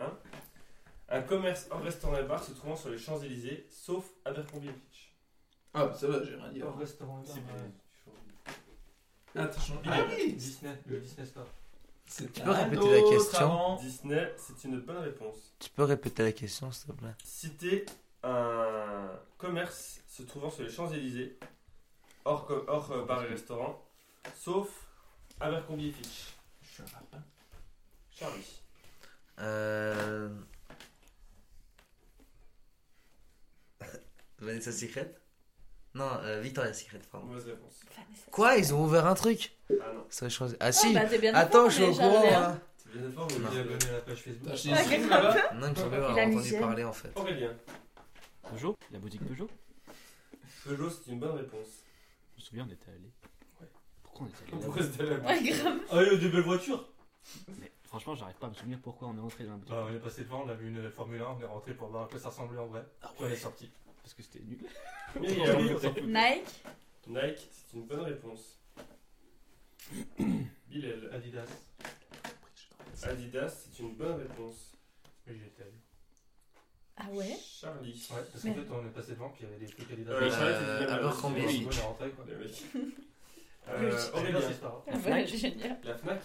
Speaker 4: 1. Un commerce hors restaurant et bar se trouvant sur les Champs-Élysées, sauf Abercrombie Fitch.
Speaker 6: Ah, bah, ça va, j'ai rien dit.
Speaker 3: Hors restaurant euh, et
Speaker 4: C'est
Speaker 3: bar,
Speaker 4: bien.
Speaker 3: ouais.
Speaker 6: Ah, t'as changé.
Speaker 4: Ah
Speaker 3: Disney, le Disney Store.
Speaker 6: C'est
Speaker 1: Tu peux
Speaker 6: un
Speaker 1: répéter la
Speaker 6: autre
Speaker 1: question
Speaker 6: avant.
Speaker 4: Disney, c'est une bonne réponse.
Speaker 1: Tu peux répéter la question, s'il te plaît
Speaker 4: Citer un commerce se trouvant sur les Champs-Élysées, hors, co- hors euh, bar et restaurant, sauf Abercrombie Fitch.
Speaker 6: Je suis un lapin.
Speaker 4: Charlie.
Speaker 1: Euh... Vanessa Secret Non, euh, Victoria's Secret, pardon.
Speaker 4: Mauvaise réponse.
Speaker 1: Quoi Ils ont ouvert un truc
Speaker 4: Ah non.
Speaker 1: Ça, je pense- Ah si
Speaker 2: bah, t'es bien
Speaker 1: Attends,
Speaker 2: d'accord,
Speaker 1: je suis au
Speaker 2: mais j'avais
Speaker 1: courant.
Speaker 2: l'air-
Speaker 1: hein.
Speaker 4: C'est bien fort,
Speaker 3: Je me
Speaker 1: Non.
Speaker 3: suis
Speaker 4: mais
Speaker 3: abonné à la page Facebook.
Speaker 6: T'as acheté
Speaker 2: Ah,
Speaker 6: des
Speaker 2: quel
Speaker 6: trucs, là-bas
Speaker 1: Non, il me semblait
Speaker 2: Il a
Speaker 1: avoir entendu
Speaker 2: misé.
Speaker 1: parler en fait.
Speaker 4: Aurélien.
Speaker 5: Peugeot La boutique Peugeot
Speaker 4: Peugeot, c'est une bonne réponse.
Speaker 5: Je me souviens, on était allé.
Speaker 3: Ouais.
Speaker 5: Pourquoi on était allé
Speaker 4: Pourquoi c'était la
Speaker 2: Ouais, grave.
Speaker 4: Ah, il y a des belles voitures
Speaker 5: Mais franchement, j'arrive pas à me souvenir pourquoi on est rentré dans la boutique.
Speaker 3: Bah, on est passé devant, on a vu une Formule 1, on est rentré pour voir à quoi ça ressemblait en vrai.
Speaker 5: Ah
Speaker 3: Puis on est sorti.
Speaker 5: Parce que c'était nul. euh,
Speaker 2: Nike
Speaker 4: Nike, c'est une bonne réponse. Bilal.
Speaker 3: Adidas.
Speaker 4: Adidas, c'est une bonne réponse.
Speaker 3: Mais j'y étais allé.
Speaker 2: Ah ouais
Speaker 4: Charlie.
Speaker 3: Ouais, parce qu'en fait, on est passé devant, puis il y avait des trucs Adidas.
Speaker 4: Euh, Charlie, c'est une bonne
Speaker 1: Abercrombie.
Speaker 4: réponse.
Speaker 3: On est rentré quoi.
Speaker 4: Ouais, mec. Euh,
Speaker 3: Aurélien,
Speaker 4: Aurélien.
Speaker 3: c'est pas
Speaker 7: Ah
Speaker 3: grave.
Speaker 5: La Fnac
Speaker 2: génial.
Speaker 4: La Fnac,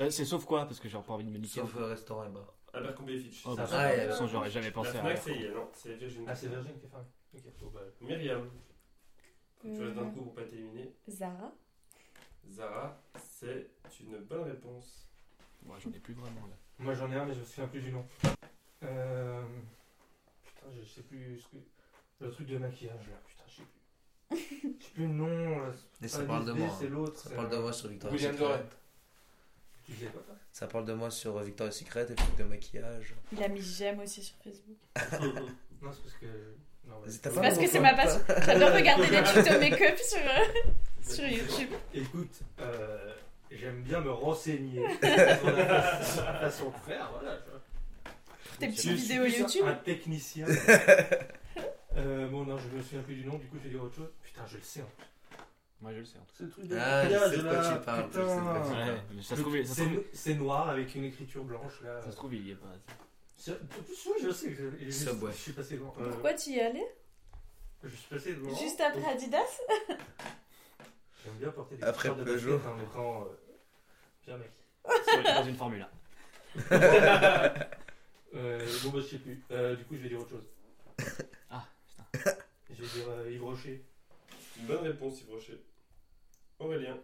Speaker 5: Euh, c'est sauf quoi Parce que j'ai pas envie de me niquer.
Speaker 1: Sauf le restaurant et bar.
Speaker 4: Abercrombie et Fitch.
Speaker 5: Oh,
Speaker 3: Ah,
Speaker 5: bah, euh, ça, de
Speaker 1: ouais.
Speaker 5: toute façon, j'aurais jamais
Speaker 4: La
Speaker 5: pensé à.
Speaker 4: Fnac, c'est non, c'est Virgin.
Speaker 3: Ah, c'est Virgin qui est fermée. Ok, bon, bah,
Speaker 4: Myriam. Faut que Tu
Speaker 2: Euh.
Speaker 4: restes dans le coup pour pas t'éliminer.
Speaker 2: Zara
Speaker 4: Zara, c'est une bonne réponse.
Speaker 5: Moi, j'en ai plus vraiment là.
Speaker 3: Moi j'en ai un, mais je me souviens plus du nom. Euh... Putain, je sais plus ce que. Le truc de maquillage là, putain, je sais plus. Je sais plus le nom là.
Speaker 1: Et
Speaker 3: c'est
Speaker 1: ça
Speaker 3: pas
Speaker 1: parle de
Speaker 3: Disney,
Speaker 1: moi.
Speaker 3: C'est
Speaker 1: hein.
Speaker 3: l'autre.
Speaker 1: Ça
Speaker 3: c'est-
Speaker 1: parle de moi sur Victoria's
Speaker 3: William
Speaker 1: Secret.
Speaker 3: Doré. Tu disais quoi, toi
Speaker 1: Ça parle de moi sur euh, Victoria's Secret et trucs de maquillage.
Speaker 7: Il a mis j'aime aussi sur Facebook.
Speaker 3: Non, c'est parce que. Non,
Speaker 1: Vas-y,
Speaker 3: ouais.
Speaker 1: t'as
Speaker 7: C'est
Speaker 1: pas
Speaker 7: parce
Speaker 1: mon
Speaker 7: que c'est
Speaker 1: point.
Speaker 7: ma passion. J'adore regarder des tutos make-up sur, euh, sur YouTube.
Speaker 3: Bah, Écoute, euh, j'aime bien me renseigner sur la façon- la façon de faire, voilà. tu vois.
Speaker 7: Pour tes
Speaker 5: Je
Speaker 7: petites
Speaker 3: Je suis
Speaker 7: vidéos
Speaker 3: plus
Speaker 7: YouTube.
Speaker 3: Un technicien. Euh, bon, non, je me souviens plus du nom, du coup, je vais dire autre chose. Putain, je le sais. hein.
Speaker 5: Moi je le sais. en
Speaker 4: Ce truc
Speaker 1: Ah, je sais de quoi
Speaker 4: là,
Speaker 1: tu parles. je sais de
Speaker 4: putain.
Speaker 1: quoi
Speaker 5: tout
Speaker 1: tu parles.
Speaker 5: cas. Ouais, mais ça se trouve, ça se
Speaker 3: C'est-
Speaker 5: trouve-
Speaker 3: C'est noir avec une écriture blanche, là.
Speaker 5: ça se trouve, il y est pas.
Speaker 3: C'est- En plus, oui, je sais que je, je-
Speaker 5: Subway.
Speaker 3: je suis passé devant. Euh,
Speaker 7: Pourquoi tu y es allé
Speaker 3: Je suis passé devant.
Speaker 7: Juste après Adidas
Speaker 3: J'aime bien porter des
Speaker 1: Après
Speaker 3: t-shirts de
Speaker 1: Peugeot.
Speaker 3: basket en étant euh, bien mec.
Speaker 5: Sur- Dans une formule. hein. là.
Speaker 3: Euh, bon, bah, je sais plus. Euh, du coup, je vais dire autre chose.
Speaker 5: Ah, putain.
Speaker 3: Je vais dire euh, Yves Rocher.
Speaker 4: Une bonne réponse, Yves Rocher. Aurélien.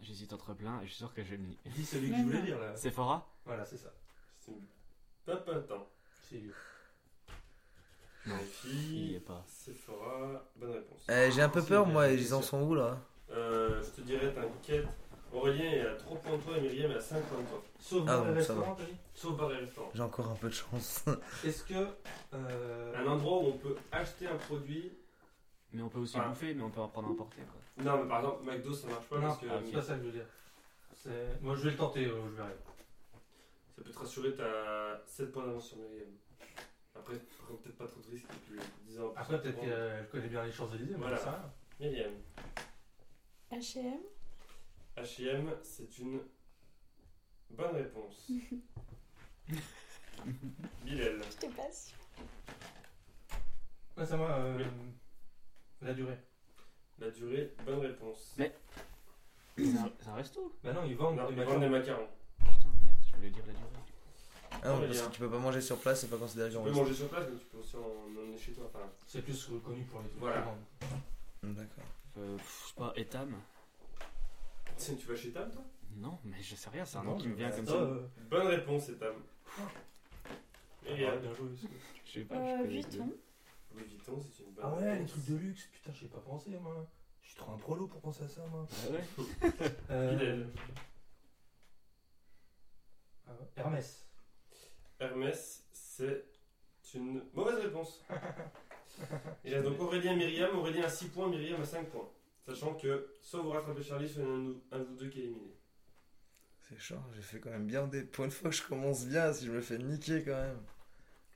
Speaker 5: J'hésite entre plein et je suis sûr que je vais me nier.
Speaker 3: Dis celui que je voulais dire, là.
Speaker 5: Sephora
Speaker 3: Voilà, c'est ça.
Speaker 4: C'est pas pas tant.
Speaker 3: C'est Yves.
Speaker 5: Non.
Speaker 4: Les
Speaker 5: Il y est
Speaker 4: filles.
Speaker 5: pas.
Speaker 4: Sephora. Bonne réponse.
Speaker 1: Euh, J'ai un peu
Speaker 3: Si,
Speaker 1: peur,
Speaker 3: mais
Speaker 1: moi.
Speaker 3: Ah, bien
Speaker 1: Ils en
Speaker 3: sûr.
Speaker 1: sont où là
Speaker 4: Euh, je te dirais, t'inquiète. Aurélien est à 3 points de toi et Myriam est à 5 points de toi.
Speaker 3: Sauf
Speaker 1: Ah,
Speaker 3: dans
Speaker 1: bon,
Speaker 3: les
Speaker 1: ça
Speaker 3: restaurants, t'as dit
Speaker 4: Sauf bar et restaurant.
Speaker 1: J'ai encore un peu de chance. Ah,
Speaker 3: Est-ce que. euh,
Speaker 4: Un endroit où on peut acheter un produit.
Speaker 5: Mais on peut aussi
Speaker 4: Ah.
Speaker 5: bouffer, mais on peut en prendre à emporter quoi.
Speaker 4: Non, mais par exemple, McDo ça marche pas
Speaker 3: Non,
Speaker 4: parce que
Speaker 3: c'est pas ça que je veux dire. C'est- Moi, je vais le tenter, euh, je verrai.
Speaker 4: ça peut te rassurer, t'as 7 points d'avance sur Myriam. Après, prends peut-être pas trop de risques et puis 10 ans.
Speaker 3: Après, peut-être qu'elle connaît bien les Champs-Élysées, mais
Speaker 4: Voilà.
Speaker 3: ça va.
Speaker 4: Myriam.
Speaker 7: HM.
Speaker 4: H&M, c'est une bonne réponse. Bilal.
Speaker 7: Je te passe.
Speaker 3: Ouais, ça m'a. euh, La durée.
Speaker 4: La durée, bonne réponse.
Speaker 5: Mais- C'est un- c'est un resto
Speaker 3: Bah non, ils vendent
Speaker 4: Non,
Speaker 3: des
Speaker 4: ils vendent
Speaker 3: macarons.
Speaker 4: des macarons.
Speaker 5: Putain, merde, je voulais dire la durée.
Speaker 1: Ah non,
Speaker 4: Ouais,
Speaker 1: parce
Speaker 4: bien.
Speaker 1: que tu peux pas manger sur place, c'est pas considéré
Speaker 4: Tu
Speaker 1: comme
Speaker 4: peux
Speaker 1: resto.
Speaker 4: manger sur place, mais tu peux aussi en emmener chez toi. Enfin,
Speaker 3: C'est plus connu pour les
Speaker 4: Voilà.
Speaker 3: commandes.
Speaker 1: Hmm, D'accord.
Speaker 5: Euh, pff, je sais pas, Etam
Speaker 4: tu sais, tu vas chez Tam, toi
Speaker 5: Non, mais je sais rien, c'est un
Speaker 3: Non,
Speaker 5: nom qui me vient comme
Speaker 3: Ça,
Speaker 5: ça.
Speaker 3: euh,
Speaker 4: Bonne réponse, c'est Tam. Myriam.
Speaker 3: Ah, bien joué. ça.
Speaker 5: Je sais pas. je
Speaker 7: Euh,
Speaker 5: connais
Speaker 7: Vuitton.
Speaker 4: Louis Vuitton, c'est une bonne
Speaker 3: Ah ouais, les
Speaker 4: réponse.
Speaker 3: trucs de luxe, putain, j'ai pas pensé, moi. Je suis trop un prolo pour penser à ça, moi. Euh,
Speaker 5: deux. Ah ouais
Speaker 4: Bilal.
Speaker 3: Ah ouais, Hermès.
Speaker 4: Hermès, c'est une mauvaise réponse. Il reste donc Aurélien, Myriam. Aurélien à 6 points, Myriam à 5 points. Sachant que, soit vous rattrapez Charlie, soit il y en a un de nous- un de vous deux qui est éliminé.
Speaker 1: C'est chiant, j'ai fait quand même bien des points de fois, je commence bien si je me fais niquer quand même.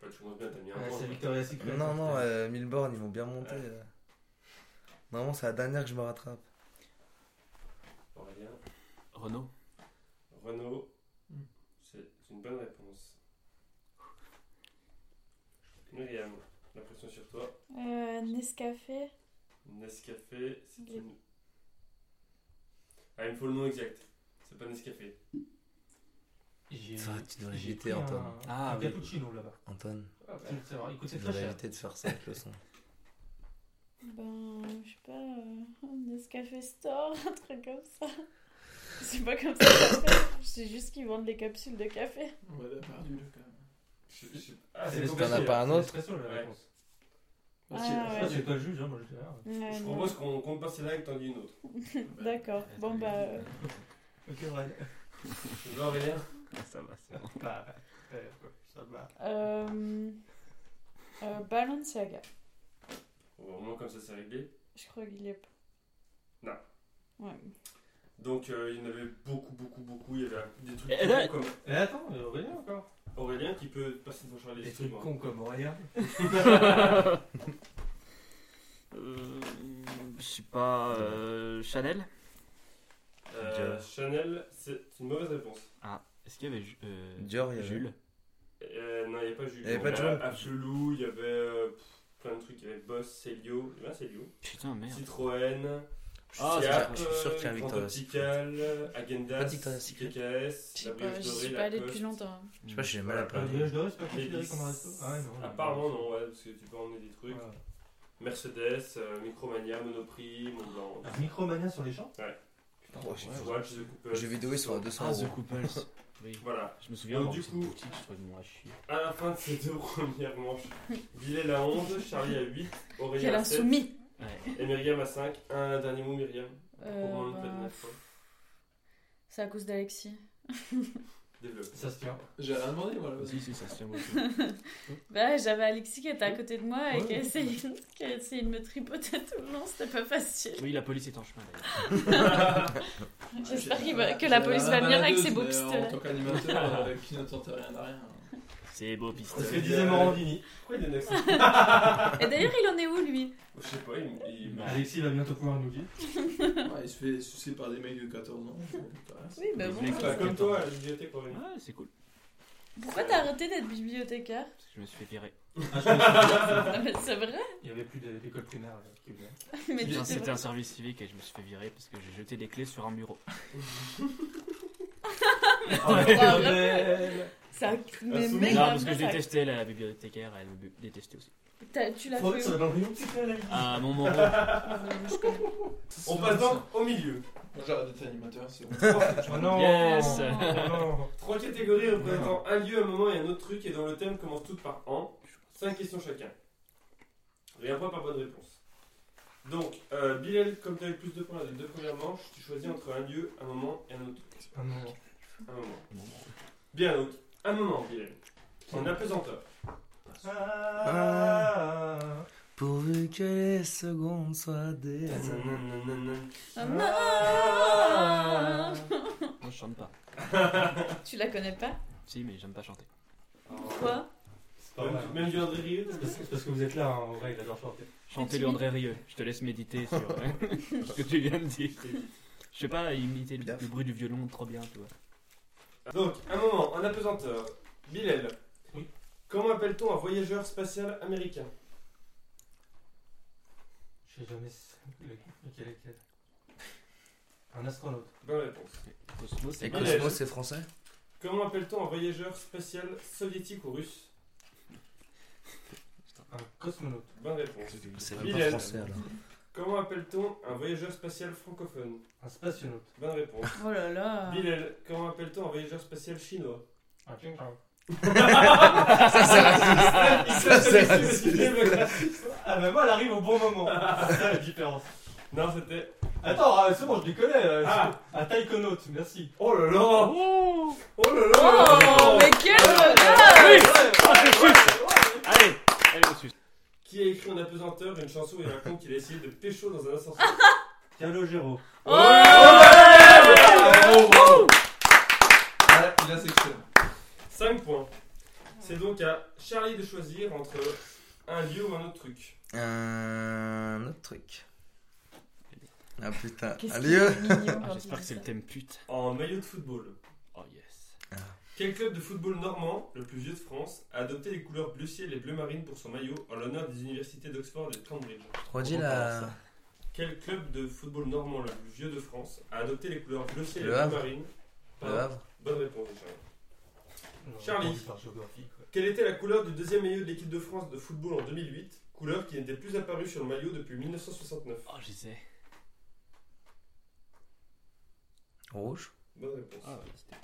Speaker 4: Bah, tu commences bien, t'as mis un
Speaker 3: Ouais,
Speaker 4: point.
Speaker 3: Euh, c'est Victoria's Secret.
Speaker 1: Non, non,
Speaker 3: putain.
Speaker 1: euh, Milborn, ils vont bien monter. euh. Normalement, c'est la dernière que je me rattrape.
Speaker 4: Aurélien.
Speaker 5: Renault.
Speaker 4: Renault,
Speaker 3: Mm.
Speaker 4: c'est une bonne réponse. Myriam, la pression sur toi.
Speaker 7: Euh, Nescafé.
Speaker 4: Nescafé, c'est
Speaker 7: Ok.
Speaker 4: une. Ah, il me faut le nom exact. C'est pas Nescafé.
Speaker 3: J'ai-
Speaker 1: Ça, tu devrais
Speaker 3: j'ai
Speaker 1: éviter,
Speaker 3: pris un-
Speaker 1: Anton.
Speaker 5: Ah
Speaker 3: un
Speaker 5: oui.
Speaker 3: cappuccino là-bas.
Speaker 1: Anton,
Speaker 3: Tu le sauras, il
Speaker 1: tu
Speaker 3: coûtait très
Speaker 1: devrais
Speaker 3: cher.
Speaker 1: éviter de faire ça avec le son.
Speaker 7: Ben, je sais pas. euh, Nescafé Store, un truc comme ça. C'est pas comme ça qu'on fait. C'est juste qu'ils vendent des capsules de café.
Speaker 6: Ouais, t'as perdu là quand même.
Speaker 4: Je- je- Ah,
Speaker 3: C'est-
Speaker 4: c'est
Speaker 3: t'en
Speaker 1: T'en as
Speaker 4: compliqué.
Speaker 1: pas un
Speaker 3: C'est
Speaker 1: autre
Speaker 3: Nespresso, la
Speaker 4: Ouais.
Speaker 3: réponse.
Speaker 7: Ah,
Speaker 3: Je sais
Speaker 7: ouais.
Speaker 3: pas, c'est pas le juge, hein, moi je dis rien.
Speaker 7: Ouais,
Speaker 4: Je
Speaker 7: Euh, non.
Speaker 4: propose qu'on compte pas celle-là et que t'en dis une autre.
Speaker 7: D'accord. Bon, bah. euh,
Speaker 3: Ok, ouais.
Speaker 4: Tu veux Aurélien
Speaker 5: Ça va, c'est bon.
Speaker 3: Bah, euh, ouais, ça va.
Speaker 2: Euh,
Speaker 7: euh, Balenciaga.
Speaker 4: Au moins, comme ça, c'est réglé.
Speaker 7: Je crois qu'il est pas.
Speaker 4: Non.
Speaker 7: Ouais.
Speaker 4: Donc, euh, il y en avait beaucoup, beaucoup, beaucoup. Il y avait des trucs
Speaker 5: Eh,
Speaker 4: tout
Speaker 5: là-
Speaker 4: cons comme
Speaker 3: Et attends, euh, Aurélien encore.
Speaker 4: Aurélien qui peut passer devant Charlie. hein.
Speaker 3: Des trucs
Speaker 4: excuse-moi.
Speaker 3: cons comme Aurélien.
Speaker 5: Euh, je sais pas. euh, Chanel
Speaker 4: Euh, Chanel, c'est une mauvaise réponse.
Speaker 5: Ah, est-ce qu'il y avait Ju- euh,
Speaker 1: Dior, il y avait.
Speaker 5: Jules
Speaker 4: Euh, non, il n'y avait pas Jules.
Speaker 1: Il y avait pas de
Speaker 4: avait
Speaker 1: Jules.
Speaker 4: Absolou, il y avait euh, pff, plein de trucs. Il y avait Boss, Célio. Il y avait un Célio.
Speaker 5: Putain, merde.
Speaker 4: Citroën.
Speaker 1: Je
Speaker 5: Ah,
Speaker 1: suis
Speaker 5: c'est
Speaker 1: sûr-
Speaker 4: Fiat,
Speaker 1: je suis sûr qu'il y a un
Speaker 4: euh,
Speaker 1: Victoria's Secret.
Speaker 4: Optical, Agendas,
Speaker 1: Pas Victoria's Secret.
Speaker 2: je
Speaker 4: KKS,
Speaker 2: sais
Speaker 4: La
Speaker 2: pas,
Speaker 4: Brioche
Speaker 2: j'y
Speaker 4: Dorée,
Speaker 2: suis
Speaker 4: La
Speaker 2: pas allée depuis
Speaker 4: Poste.
Speaker 2: longtemps.
Speaker 7: hein.
Speaker 1: Je
Speaker 5: Mm.
Speaker 1: sais pas, j'ai mal à
Speaker 4: Voilà.
Speaker 3: Le
Speaker 1: parler.
Speaker 3: village doré, c'est pas considéré
Speaker 4: Mélis.
Speaker 3: comme un resto Ah ouais, non.
Speaker 4: Apparemment, non, ouais, parce que tu peux emmener des trucs.
Speaker 3: Voilà.
Speaker 4: Mercedes, euh, Micromania, Monoprix, Montblanc.
Speaker 3: Un Micromania sur les champs
Speaker 1: Oh, j'ai-
Speaker 4: Tu vois, je sais coupe, euh,
Speaker 1: J'ai vidéo, ils
Speaker 3: Ah,
Speaker 1: sont à 200 euros.
Speaker 5: Ah, Couples. Oui.
Speaker 4: Voilà,
Speaker 5: Je me souviens
Speaker 4: Donc,
Speaker 5: avoir
Speaker 4: du
Speaker 5: vu cette
Speaker 4: coup-
Speaker 5: boutique, je trouvais le nom à chier.
Speaker 4: à la fin de ces deux premières manches, Bilal à 11, Charlie à 8,
Speaker 2: Quel
Speaker 4: Aurélien à 7
Speaker 2: insoumis
Speaker 5: Ouais.
Speaker 4: et Myriam à 5. Un dernier mot, Myriam, pour
Speaker 2: Euh,
Speaker 7: bah,
Speaker 4: moi, le
Speaker 2: ben,
Speaker 4: dernier fois.
Speaker 2: C'est à cause d'Alexis.
Speaker 4: Développe.
Speaker 3: Ça se tient.
Speaker 6: J'ai rien demandé, voilà.
Speaker 5: Ah, Si, si, ça se tient beaucoup.
Speaker 7: Bah, j'avais Alexis qui était à côté de moi et qui a essayé, qui a essayé de me tripoter tout le long, c'était pas facile.
Speaker 5: Oui, la police est en chemin d'ailleurs.
Speaker 7: J'espère qu'il va- que la police va venir avec ses beaux
Speaker 6: euh, En
Speaker 7: pistolets.
Speaker 6: tant qu'animateur, euh, qui ne tente rien à rien.
Speaker 5: C'est beau
Speaker 4: C'est ce
Speaker 5: pistolet.
Speaker 4: que disait Morandini. Pourquoi il donne accès
Speaker 7: Et d'ailleurs, il en est où lui
Speaker 4: Oh, Je sais pas, il, il est mort.
Speaker 3: Alexis va bientôt pouvoir nous dire.
Speaker 6: Ouais, il se fait sucer par des mecs de 14 ans.
Speaker 7: Oui, bah bon.
Speaker 5: mecs,
Speaker 4: Bah, comme toi à la bibliothèque, Corinne.
Speaker 5: Ouais, c'est cool.
Speaker 7: Pourquoi t'as arrêté d'être bibliothécaire
Speaker 5: Parce que je me suis fait virer.
Speaker 7: Ah, mais c'est vrai
Speaker 3: Il n'y avait plus de- d'école primaire. là, qui venait.
Speaker 7: Mais tu
Speaker 5: Bien,
Speaker 7: t'es-
Speaker 5: C'était un service civique et je me suis fait virer parce que j'ai jeté des clés sur un bureau.
Speaker 3: Oh,
Speaker 7: Ah, Ça, mais
Speaker 4: Insoumis.
Speaker 7: mec,
Speaker 5: non,
Speaker 7: après,
Speaker 5: parce que je
Speaker 7: ça-
Speaker 5: détestais la bibliothécaire, elle me bu- détestait aussi.
Speaker 7: t'as- tu l'as
Speaker 4: Faut-
Speaker 7: fait.
Speaker 4: ça
Speaker 7: où Ah,
Speaker 4: va dans le rayon, c'est plein la vie.
Speaker 5: À mon moment,
Speaker 4: On passe donc au milieu.
Speaker 6: Moi j'arrête d'être animateur, c'est bon.
Speaker 3: Oh non
Speaker 5: Yes.
Speaker 3: Oh non
Speaker 4: Trois catégories représentant un lieu, un moment et un autre truc et dont le thème commence toutes par an. Cinq questions chacun. Et un point par bonne réponse. Donc, euh, Bilal, comme tu as eu le plus de points dans les deux premières manches, tu choisis entre un lieu, un moment et un autre truc.
Speaker 3: Oh non.
Speaker 4: Un moment. Bien, donc, un moment, Bilal. En apesanteur.
Speaker 3: Ah.
Speaker 1: Pourvu que les secondes soient des.
Speaker 7: Ah, non.
Speaker 5: moi je chante pas.
Speaker 7: Tu la connais pas
Speaker 5: Si, mais j'aime pas chanter.
Speaker 7: Pourquoi
Speaker 3: C'est pas
Speaker 4: Même,
Speaker 3: mal.
Speaker 4: même du André Rieu,
Speaker 3: C'est parce que- c'est parce que vous êtes là, hein, en vrai, il adore chanter.
Speaker 5: Chanter le André Rieu, je te laisse méditer sur euh, ce que tu viens de dire. Je sais pas, imiter le, le bruit du violon trop bien, tu vois.
Speaker 4: Donc, un moment, en apesanteur. Bilal.
Speaker 3: Oui.
Speaker 4: Comment appelle-t-on un voyageur spatial américain
Speaker 3: Je sais jamais si- le- lequel est lequel. Un astronaute.
Speaker 4: Bonne réponse.
Speaker 5: Cosmos, c'est
Speaker 1: Et
Speaker 5: pas
Speaker 4: Bilal.
Speaker 1: Cosmo, c'est français
Speaker 4: Comment appelle-t-on un voyageur spatial soviétique ou russe
Speaker 3: Un cosmonaute.
Speaker 4: Bonne réponse.
Speaker 1: C'est
Speaker 4: Bilal.
Speaker 1: même pas français alors.
Speaker 4: Comment appelle-t-on un voyageur spatial francophone
Speaker 3: Un spationaute.
Speaker 4: Bonne réponse.
Speaker 7: Oh là là.
Speaker 4: Bilal, comment appelle-t-on un voyageur spatial chinois
Speaker 3: Un Ching Chong.
Speaker 4: Ça,
Speaker 1: c'est
Speaker 3: Ah bah moi, elle arrive au bon moment. C'est ça la différence.
Speaker 4: Non, c'était.
Speaker 3: Attends, ah, c'est bon, je les connais. euh,
Speaker 4: Ah.
Speaker 3: c'est- Un taïkonaute, merci.
Speaker 4: Oh là là
Speaker 5: Oh
Speaker 4: Oh là
Speaker 7: Oh,
Speaker 4: là
Speaker 7: mais quel regard
Speaker 5: Oui Ah, je suce Allez Allez, on suce.
Speaker 4: Qui a écrit en apesanteur une chanson et un con qu'il a essayé de pécho dans un ascenseur
Speaker 3: Calogero.
Speaker 7: Oh
Speaker 6: Oh, Ah, il a sectionné.
Speaker 4: 5 points. C'est donc à Charlie de choisir entre un lieu ou un autre truc.
Speaker 1: Un autre truc. Ah putain,
Speaker 7: Qu'est-ce
Speaker 1: un
Speaker 7: qu'il
Speaker 1: lieu
Speaker 7: est mignon
Speaker 5: Ah,
Speaker 7: quand
Speaker 5: J'espère
Speaker 7: il
Speaker 5: que
Speaker 7: dit
Speaker 5: c'est le
Speaker 7: ça.
Speaker 5: thème pute.
Speaker 4: En maillot de football.
Speaker 5: Oh yes.
Speaker 4: Quel club de football normand, le plus vieux de France, a adopté les couleurs bleu ciel et bleu marine pour son maillot en l'honneur des universités d'Oxford et de Cambridge
Speaker 1: Redis
Speaker 5: On
Speaker 1: la.
Speaker 5: comprend
Speaker 4: Quel club de football normand, le plus vieux de France, a adopté les couleurs bleu ciel et
Speaker 1: Le
Speaker 4: bleu
Speaker 1: Havre.
Speaker 4: marine
Speaker 1: Le Havre.
Speaker 4: Bonne réponse, Richard.
Speaker 3: Non,
Speaker 4: Charlie.
Speaker 3: Par géographie, quoi.
Speaker 4: Quelle était la couleur du deuxième maillot de l'équipe de France de football en 2008 Couleur qui n'était plus apparue sur le maillot depuis 1969.
Speaker 5: Oh, je sais.
Speaker 1: Rouge.
Speaker 4: Bonne réponse.
Speaker 5: Ah, ouais, c'était-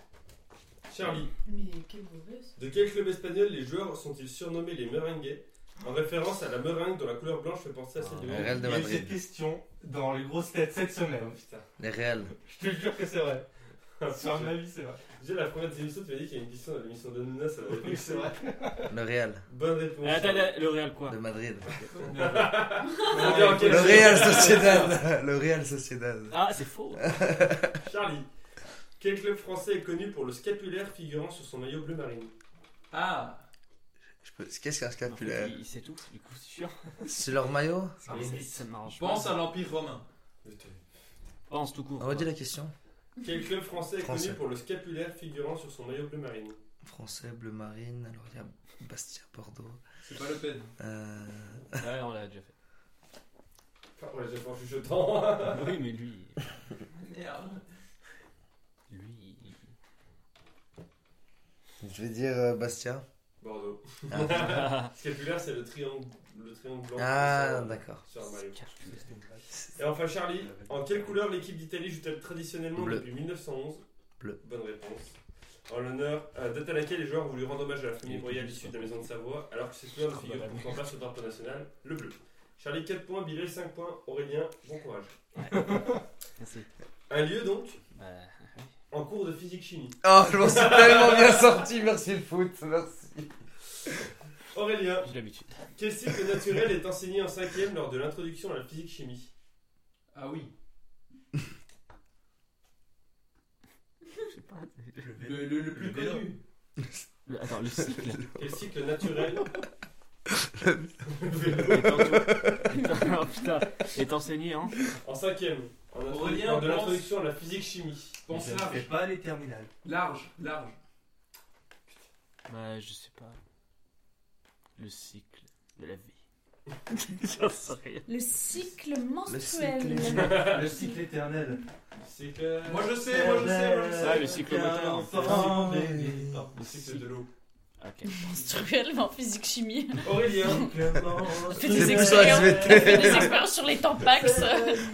Speaker 4: Charlie,
Speaker 2: Mais quelle mauvaise.
Speaker 4: de quel club espagnol les joueurs sont-ils surnommés les meringues en référence à la meringue dont la couleur blanche fait penser à celle
Speaker 5: Ah,
Speaker 4: du
Speaker 1: Le
Speaker 4: Real.
Speaker 1: Real de
Speaker 3: Il y a eu
Speaker 1: Madrid.
Speaker 3: cette question dans les grosses têtes cette
Speaker 4: Oh,
Speaker 3: semaine.
Speaker 4: putain.
Speaker 1: Les Real.
Speaker 3: Je te jure que c'est vrai. Sur ma vie, c'est vrai.
Speaker 4: Déjà, la première des émissions, tu m'as dit qu'il y a une question dans l'émission d'Anouna, ça m'avait fait
Speaker 3: vrai.
Speaker 1: Le Real
Speaker 4: Bonne réponse.
Speaker 5: Ah, Attends, attends, le Real quoi
Speaker 1: de Madrid.
Speaker 6: Ah,
Speaker 4: On vient en quelle
Speaker 1: Le
Speaker 4: saison
Speaker 1: Real Sociedad. Le Real Sociedad.
Speaker 5: Ah, c'est faux
Speaker 4: Charlie, quel club français est connu pour le scapulaire figurant sur son maillot bleu marine
Speaker 6: Ah
Speaker 1: Je peux- Qu'est-ce qu'un
Speaker 5: En fait,
Speaker 1: scapulaire
Speaker 5: Il il s'étouffe, du coup, c'est sûr. Ah,
Speaker 1: C'est leur maillot
Speaker 5: Ça m'arrange
Speaker 6: Pense
Speaker 5: pas.
Speaker 6: à l'Empire romain.
Speaker 5: Pense tout court.
Speaker 1: Redis
Speaker 5: quoi.
Speaker 1: la question.
Speaker 4: Quel club français est
Speaker 1: Français.
Speaker 4: connu pour le scapulaire figurant sur son maillot bleu marine
Speaker 1: Français, bleu marine. Alors il y a Bastia, Bordeaux.
Speaker 6: C'est pas Le Pen.
Speaker 1: Euh,
Speaker 5: Ouais, on l'a déjà fait.
Speaker 4: Enfin, Ah, ouais, j'ai pas chuchotant.
Speaker 5: Oui, mais lui.
Speaker 6: Merde.
Speaker 5: Lui. il-
Speaker 1: Je vais dire euh, Bastia.
Speaker 4: Bordeaux.
Speaker 1: Ah,
Speaker 4: Scapulaire, c'est le triangle, le triangle blanc.
Speaker 1: Ah,
Speaker 4: sur-
Speaker 1: d'accord.
Speaker 4: Sur un maillot.
Speaker 5: Scapulaire.
Speaker 4: Et enfin, Charlie, en quelle couleur l'équipe d'Italie joue-t-elle traditionnellement
Speaker 1: Bleu.
Speaker 4: depuis 1911
Speaker 1: Bleu.
Speaker 4: Bonne réponse. En l'honneur, euh, date à laquelle les joueurs voulaient rendre hommage à la famille
Speaker 5: Il est
Speaker 4: royale
Speaker 5: plus
Speaker 4: issue
Speaker 5: ça.
Speaker 4: de la maison de Savoie, alors que ces couleurs ne
Speaker 5: Oh,
Speaker 4: figurent
Speaker 5: bah,
Speaker 4: pourtant pas sur le drapeau national, le bleu. Charlie, 4 points, Bilal, 5 points, Aurélien, bon courage.
Speaker 5: Merci.
Speaker 4: Un lieu donc
Speaker 5: Bah, oui.
Speaker 4: en cours de physique-chimie.
Speaker 1: Oh, je m'en suis tellement bien sorti, merci le foot, merci.
Speaker 4: Aurélien,
Speaker 5: J'ai l'habitude.
Speaker 4: quel cycle naturel est enseigné en cinquième lors de l'introduction à la physique-chimie
Speaker 6: Ah oui.
Speaker 5: Je sais pas.
Speaker 6: Le, le- le plus
Speaker 4: Le vélo.
Speaker 6: connu.
Speaker 5: Le- Attends, le cycle.
Speaker 4: Quel cycle naturel
Speaker 5: est en- est en- oh, putain, est enseigné, hein
Speaker 4: en cinquième en introdu-
Speaker 6: Aurélien,
Speaker 4: lors de
Speaker 6: pense-
Speaker 4: l'introduction à la physique-chimie
Speaker 6: Pense
Speaker 3: Je ne fais
Speaker 6: large.
Speaker 3: pas les terminales.
Speaker 6: Large, large.
Speaker 5: Bah, je sais pas. Le cycle de la vie. J'en sais rien.
Speaker 7: Le cycle menstruel.
Speaker 1: Le cycle.
Speaker 3: Le cycle éternel.
Speaker 4: Cycle...
Speaker 6: Moi je sais, moi je sais, moi je sais.
Speaker 5: Ah, le cyclomoteur.
Speaker 3: Oh,
Speaker 4: Enfin, Non, le cycle de l'eau.
Speaker 5: Ok.
Speaker 7: menstruel mais en physique chimie.
Speaker 4: Aurélien,
Speaker 7: On fait
Speaker 1: C'est
Speaker 7: des
Speaker 1: plus sur
Speaker 7: expériences. On fait
Speaker 1: SVT.
Speaker 7: des expériences sur les tampax.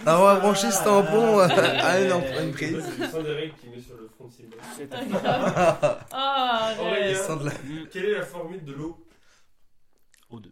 Speaker 1: Ah, on va brancher ce tampon euh, à une, en- une
Speaker 4: c'est
Speaker 1: prise.
Speaker 4: le sein des règles qui met sur le front de Sylvain.
Speaker 5: C'est
Speaker 7: Ah, grave. Ah,
Speaker 4: Aurélien.
Speaker 1: Le
Speaker 7: ouais.
Speaker 1: sein de la-
Speaker 5: Mm.
Speaker 4: Quelle est la formule de l'eau
Speaker 5: O2.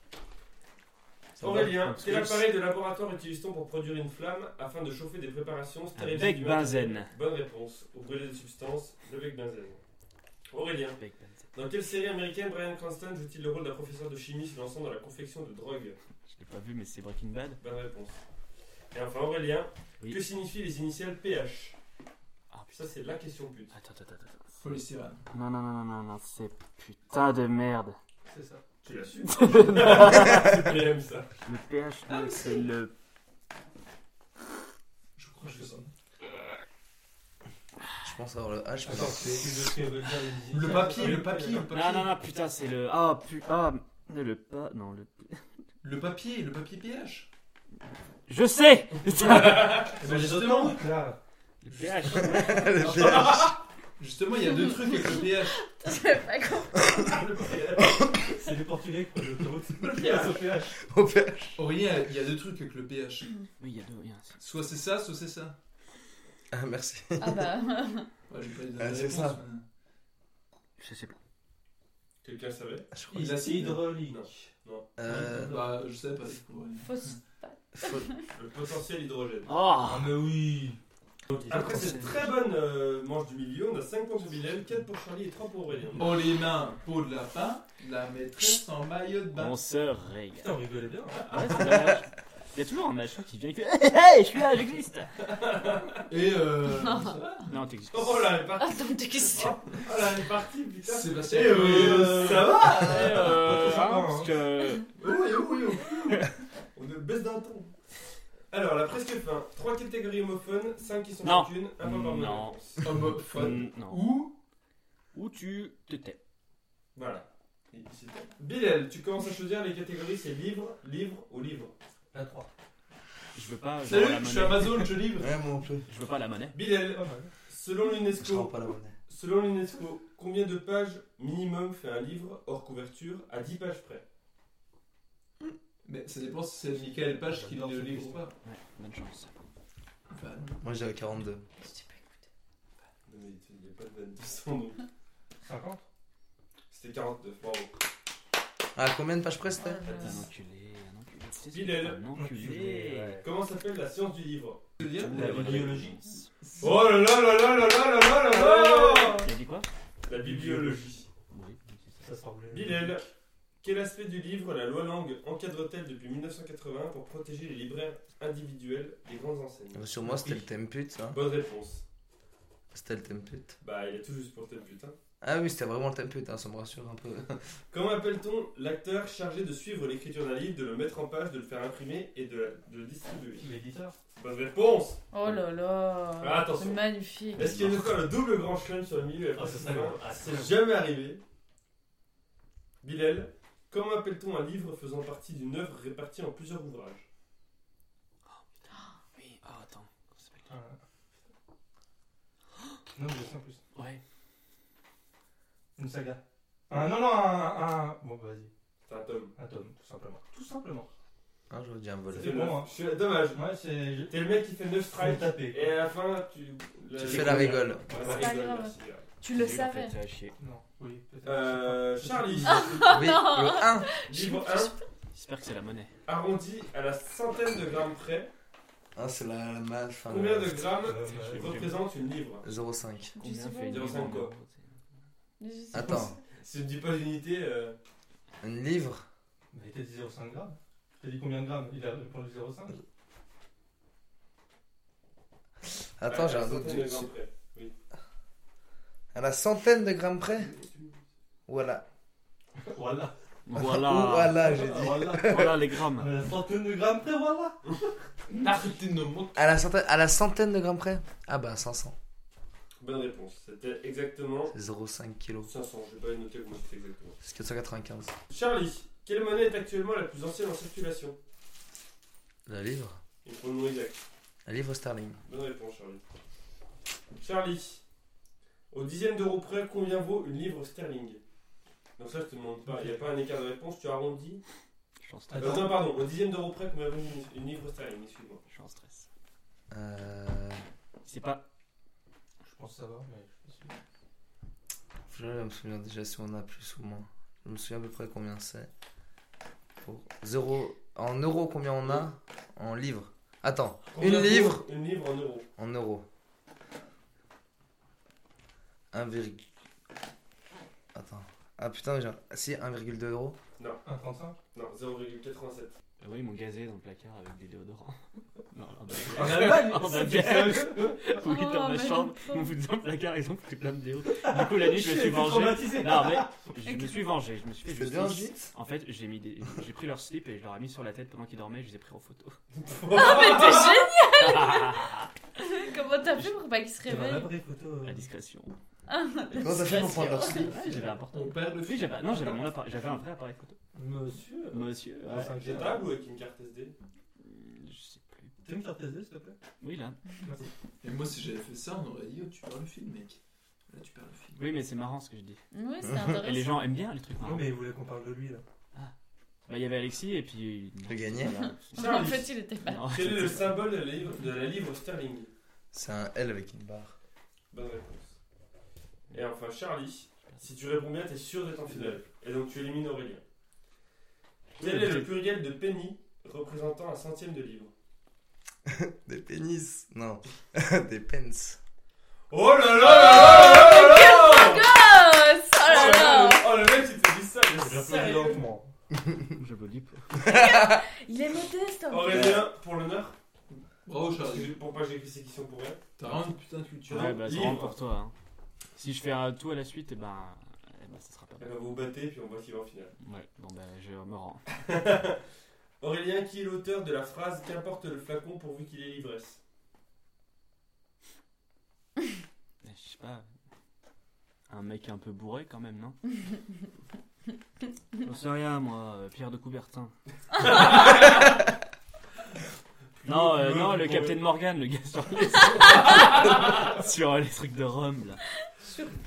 Speaker 1: Ça va.
Speaker 4: Aurélien,
Speaker 5: Parce
Speaker 4: quel
Speaker 5: que-
Speaker 4: appareil de laboratoire utilise-t-on pour produire une flamme afin de chauffer des préparations stériliser
Speaker 5: Avec
Speaker 4: du matériel
Speaker 5: benzène.
Speaker 4: Bonne réponse. Ou brûler des substances, le bec benzène. Aurélien,
Speaker 5: Avec benzène.
Speaker 4: dans quelle série américaine Brian Cranston joue-t-il le rôle d'un professeur de chimie se lançant dans la confection de drogue
Speaker 5: Je l'ai pas vu, mais c'est Breaking Bad.
Speaker 4: Bonne réponse. Et enfin, Aurélien,
Speaker 5: Oui.
Speaker 4: que signifient les initiales PH
Speaker 5: Ah,
Speaker 4: Ça,
Speaker 5: putain. Ah,
Speaker 4: c'est la question pute.
Speaker 5: Attends, attends, attends. attends.
Speaker 6: Polystyrène.
Speaker 5: Non, non, non, non, non, non, c'est putain de merde.
Speaker 3: C'est ça.
Speaker 4: Tu l'as su C'est PM, ça.
Speaker 5: Le pH, non, c'est le.
Speaker 6: Je crois que je sais.
Speaker 1: Je pense avoir le H. mais-
Speaker 3: Attends, c'est c'est de ce que veut dire les
Speaker 6: Le
Speaker 3: initiales.
Speaker 6: papier, le papier, le
Speaker 5: Non, non,
Speaker 6: papier.
Speaker 5: non, putain, c'est le. Ah, pu. Ah, le pas. Non, le.
Speaker 6: Le papier, le papier pH.
Speaker 5: Je sais
Speaker 6: Eh ben, justement,
Speaker 3: Là,
Speaker 5: Le pH.
Speaker 1: Le pH.
Speaker 6: justement, il y a deux trucs avec le pH.
Speaker 7: J'avais pas compris.
Speaker 3: le PH. C'est les Portugais qui prennent l'autoroute. Le PH au PH.
Speaker 1: Au pH.
Speaker 6: Aurélien, il y a deux trucs avec le pH.
Speaker 5: Oui, il y a deux. il y a un signe.
Speaker 6: Soit c'est ça, soit c'est ça.
Speaker 1: Ah, merci.
Speaker 7: Ah bah.
Speaker 6: Ouais, j'ai pas les
Speaker 1: Ah,
Speaker 6: bonnes
Speaker 1: c'est
Speaker 6: réponses,
Speaker 1: ça.
Speaker 6: mais-
Speaker 5: Je sais pas.
Speaker 4: Quelqu'un le savait
Speaker 1: Je crois que
Speaker 3: Il a
Speaker 1: c'est-
Speaker 3: hydraulique.
Speaker 4: Non.
Speaker 1: Euh,
Speaker 6: Bah, je sais pas. du coup, Aurélien.
Speaker 1: faut-
Speaker 4: Le potentiel hydrogène.
Speaker 3: Ah,
Speaker 5: Oh
Speaker 6: mais oui.
Speaker 4: Après cette très bonne euh, manche du milieu, on a 5 points pour Bilal, 4 pour Charlie et 3 pour Aurélien.
Speaker 6: Oh les mains, peau de lapin, la maîtresse en maillot de bain.
Speaker 5: On se régale.
Speaker 3: Putain, on rigolait bien. hein.
Speaker 5: Ah Ouais, c'est dommage. Il y a toujours un machin qui vient et qui fait Hey, hey, je suis là, j'existe
Speaker 6: Et euh. ça va
Speaker 5: Non, t'existes.
Speaker 4: Oh là, elle est partie.
Speaker 7: Attends, t'es question.
Speaker 4: Oh là, elle est partie, putain.
Speaker 6: Sébastien.
Speaker 4: Eh, euh,
Speaker 6: ça va
Speaker 5: Eh, euh,
Speaker 3: Pas trop
Speaker 5: hein,
Speaker 3: sympa,
Speaker 5: parce que.
Speaker 6: Oui, oui, oui.
Speaker 4: On ne baisse d'un ton. Alors, la presque fin. 3 catégories homophones, 5 qui sont
Speaker 5: Non.
Speaker 4: chacune, un point par bonne
Speaker 5: Non.
Speaker 4: réponse.
Speaker 6: Homophone.
Speaker 5: Mm, Non.
Speaker 6: Ou.
Speaker 5: Ou tu te tais.
Speaker 4: Voilà. Bilal, tu commences à choisir les catégories, c'est livre, livre ou livre.
Speaker 3: La 3.
Speaker 5: Je veux pas. genre, la
Speaker 6: Salut, je suis
Speaker 5: monnaie.
Speaker 6: Amazon, je livre.
Speaker 1: Ouais, moi, on peut.
Speaker 5: Je veux pas la monnaie.
Speaker 4: Bilal, selon
Speaker 1: Je rends
Speaker 4: l'UNESCO,
Speaker 1: pas la monnaie.
Speaker 4: selon l'UNESCO, combien de pages minimum fait un livre hors couverture à 10 pages près
Speaker 6: Mais ça dépend si c'est Michael Page qui lit le livre ou pas.
Speaker 5: Ouais, bonne chance.
Speaker 6: Enfin,
Speaker 1: Moi, j'avais 42.
Speaker 4: Non mais il n'y a pas de vanne de son nom.
Speaker 3: 50
Speaker 4: C'était 49, bravo.
Speaker 1: Ah, combien de pages près
Speaker 2: Euh,
Speaker 1: c'était
Speaker 5: Un enculé, un enculé. Tu sais ce que
Speaker 4: Bilal.
Speaker 5: c'est Un enculé.
Speaker 4: Comment s'appelle la science du livre
Speaker 6: je veux dire,
Speaker 5: La
Speaker 4: La
Speaker 5: biologie.
Speaker 4: Oh là là là là là là là là là là
Speaker 5: Il a dit quoi
Speaker 4: La bibliologie.
Speaker 5: Oui.
Speaker 3: Ça semblait.
Speaker 4: Bilal, quel aspect du livre la loi Langue encadre-t-elle depuis 1980 pour protéger les libraires individuels des grandes enseignes
Speaker 1: Euh, Sur moi, c'était le thème pute, ça.
Speaker 4: Bonne réponse.
Speaker 1: C'était le thème pute.
Speaker 4: Bah, il est tout juste pour le thème putain.
Speaker 1: Ah oui, c'était vraiment le thème pute, hein, ça me rassure un peu.
Speaker 4: Comment appelle-t-on l'acteur chargé de suivre l'écriture d'un livre, de le mettre en page, de le faire imprimer et de, de le distribuer
Speaker 3: L'éditeur.
Speaker 4: Bonne réponse
Speaker 2: Oh là là.
Speaker 4: Ah, attention.
Speaker 2: C'est magnifique.
Speaker 4: Est-ce qu'il y a une fois le double grand chelem sur le milieu et après
Speaker 3: Ah,
Speaker 4: c'est
Speaker 3: c'est
Speaker 4: ça
Speaker 3: ça, ouais. Ah,
Speaker 4: C'est jamais arrivé. Bilal, comment appelle-t-on un livre faisant partie d'une œuvre répartie en plusieurs ouvrages
Speaker 5: Oui. Ah, attends. Comment ça s'appelle
Speaker 3: Ah. Non, mais je sais en plus.
Speaker 5: Ouais.
Speaker 3: Une saga. Ah, non, non, un. un... Bon, bah, vas-y.
Speaker 4: C'est un tome.
Speaker 3: Un tome, tout simplement. Tout simplement.
Speaker 1: Hein, j'aurais dit un volet.
Speaker 3: C'est bon, hein.
Speaker 4: C'est Dommage.
Speaker 3: Ouais, c'est.
Speaker 4: T'es le mec qui fait 9
Speaker 3: Try
Speaker 4: strikes.
Speaker 3: tapé.
Speaker 4: Et à la fin, tu.
Speaker 1: Tu fais la rigole.
Speaker 4: Ouais, la
Speaker 2: C'est
Speaker 4: rigole,
Speaker 2: pas grave.
Speaker 4: merci, ouais.
Speaker 2: Tu le savais.
Speaker 5: Ça a euh, chier.
Speaker 3: Non, oui, peut-être.
Speaker 4: Euh, Charlie,
Speaker 2: Ah.
Speaker 1: Oui, le 1.
Speaker 4: livre 1,
Speaker 5: J'espère que c'est la monnaie.
Speaker 4: arrondi à la centaine de grammes près.
Speaker 1: Hein, c'est la, la masse. enfin,
Speaker 4: Combien
Speaker 1: le-
Speaker 4: de grammes
Speaker 3: Euh,
Speaker 5: j'ai-
Speaker 4: représente une livre
Speaker 1: 0,5.
Speaker 7: Je sais
Speaker 5: Combien
Speaker 7: pas.
Speaker 5: fait une
Speaker 4: Zéro
Speaker 5: livre en
Speaker 4: cinq, quoi.
Speaker 5: euros, tu sais
Speaker 7: Mais je sais pas.
Speaker 1: Attends,
Speaker 4: Si je ne dis pas l'unité, euh,
Speaker 1: une livre
Speaker 3: Mais t'as dit 0,5 grammes. T'as dit combien de grammes Il a répondu 0,5.
Speaker 1: Attends,
Speaker 4: à
Speaker 1: j'ai
Speaker 4: la
Speaker 1: un doute.
Speaker 4: centaine de grammes près.
Speaker 1: À la centaine de grammes près Voilà.
Speaker 3: Voilà.
Speaker 5: Voilà.
Speaker 3: Ah,
Speaker 1: Voilà, j'ai dit.
Speaker 3: Voilà.
Speaker 5: Voilà les
Speaker 3: On
Speaker 5: grammes.
Speaker 3: a la Euh, centaine de grammes près, voilà.
Speaker 6: Arrêtez de me moquer.
Speaker 1: À la, centaine, à la centaine de grammes près Ah bah 500.
Speaker 4: Bonne réponse. C'était exactement
Speaker 1: C'est 0,5 kg.
Speaker 4: 500. Je vais pas noter comment c'était exactement.
Speaker 1: C'est 495.
Speaker 4: Charlie, quelle monnaie est actuellement la plus ancienne en circulation
Speaker 1: La livre
Speaker 4: Il faut le nom exact.
Speaker 1: La livre sterling.
Speaker 4: Bonne réponse, Charlie. Charlie, au dixième d'euro près, combien vaut une livre sterling Donc ça, je te demande pas. Il n'y a pas un écart de réponse. Tu arrondis.
Speaker 5: Je suis en stress.
Speaker 4: Euh,
Speaker 3: Attends.
Speaker 4: non, pardon. Au dixième d'euro près, combien vaut une- une livre sterling Excuse-moi.
Speaker 5: Je suis en stress.
Speaker 1: Euh...
Speaker 5: C'est pas.
Speaker 3: Je pense savoir, mais je suis pas sûr.
Speaker 1: Je me souviens déjà si on a plus ou moins. Je me souviens à peu près combien c'est. Pour zéro... En euros, combien on a En livres. Attends,
Speaker 4: Combien
Speaker 1: une
Speaker 4: vaut
Speaker 1: livre
Speaker 4: Une livre en euros.
Speaker 1: en euros. 1, virg- Attends. Ah putain, j'ai... un- Si, 1,2 euros.
Speaker 3: 1,35
Speaker 4: Non, 0,87.
Speaker 5: Ah oui, mon gazé dans le placard avec des déodorants. Non, en
Speaker 3: En Allemagne
Speaker 5: En
Speaker 3: c'était
Speaker 5: Allemagne.
Speaker 3: sérieux.
Speaker 5: Oui, dans
Speaker 2: Oh,
Speaker 5: ma
Speaker 2: mais
Speaker 5: chambre,
Speaker 2: non.
Speaker 5: on vous dans le placard, ils ont fait plein de déos. Du coup, la nuit, je me
Speaker 3: J'ai
Speaker 5: suis
Speaker 3: été
Speaker 5: vengé.
Speaker 3: traumatisé.
Speaker 5: Non, mais je me suis vengé. Je me suis fait
Speaker 1: C'est
Speaker 5: justice.
Speaker 1: bien vite
Speaker 5: En fait, j'ai mis des... j'ai pris leur slip et je leur ai mis sur la tête pendant qu'ils dormaient, je les ai pris en photo.
Speaker 2: Ah, Mais t'es génial Comment t'as fait pour pas qu'il se
Speaker 3: T'es dans la
Speaker 2: réveille
Speaker 3: vraie photo.
Speaker 5: À discrétion.
Speaker 1: Comment t'as fait pour prendre leur slip
Speaker 5: J'avais un portable.
Speaker 6: On perd le
Speaker 5: Oui,
Speaker 6: fil.
Speaker 5: j'avais non, j'avais mon appareil, j'avais un vrai appareil photo.
Speaker 3: Monsieur. euh, ah.
Speaker 5: Monsieur, ouais.
Speaker 3: Dans un
Speaker 4: Jetable ou avec une carte SD
Speaker 5: Hum, je sais plus.
Speaker 3: T'as une carte SD, s'il te plaît
Speaker 5: Oui là.
Speaker 3: Merci.
Speaker 6: Et moi, si j'avais fait ça, on aurait dit, oh, tu perds le fil, mec. Là, tu perds le fil.
Speaker 5: Oui, mais c'est marrant ce que je dis.
Speaker 7: Ouais, c'est
Speaker 5: Et les
Speaker 7: intéressant.
Speaker 5: gens aiment bien les trucs
Speaker 3: Non,
Speaker 5: marrants.
Speaker 3: mais il voulait qu'on parle de lui, là.
Speaker 5: Bah, il y avait Alexis et puis.
Speaker 1: Le gagné.
Speaker 5: Voilà.
Speaker 2: En fait, il était pas.
Speaker 5: Non,
Speaker 4: Quel est
Speaker 5: c'était-
Speaker 4: le symbole de la livre, de la livre sterling
Speaker 1: C'est un L avec une barre.
Speaker 4: Bonne réponse. Et enfin, Charlie, si tu réponds bien, t'es sûr d'être en finale. Et donc tu élimines Aurélien. Quel est le pluriel de penny représentant un centième de livre
Speaker 1: Des pénis Non. Des pens.
Speaker 4: Oh là là là là là là là
Speaker 2: Oh, ça là là
Speaker 4: Oh le mec, il te dit ça,
Speaker 3: C'est
Speaker 4: mais
Speaker 3: bien plus
Speaker 4: sérieux
Speaker 3: lentement.
Speaker 5: J'applaudis pas.
Speaker 2: Il est modeste hein.
Speaker 4: Aurélien, pour l'honneur,
Speaker 6: Bravo,
Speaker 4: parce que
Speaker 6: Oh, Charlie.
Speaker 4: pour pas que j'écris ces questions pour rien.
Speaker 6: T'as vraiment une putain de culture.
Speaker 5: Ouais, bah, c'est
Speaker 4: Livre.
Speaker 5: vraiment pour toi. hein. Si je fais un tout à la suite, et ben. eh ben, ça sera pas
Speaker 4: Eh
Speaker 5: bon.
Speaker 4: ben, vous battez, puis on voit qui va en finale.
Speaker 5: Ouais, bon, bah, je me rends.
Speaker 4: Aurélien, qui est l'auteur de la phrase Qu'importe le flacon pourvu qu'il ait l'ivresse
Speaker 5: Je sais pas. Un mec un peu bourré quand même, non J'en sais rien, moi. euh, Pierre de Coubertin. non, euh, non, le Capitaine Morgan, le gars sur les, sur, euh, les trucs de Rome, là.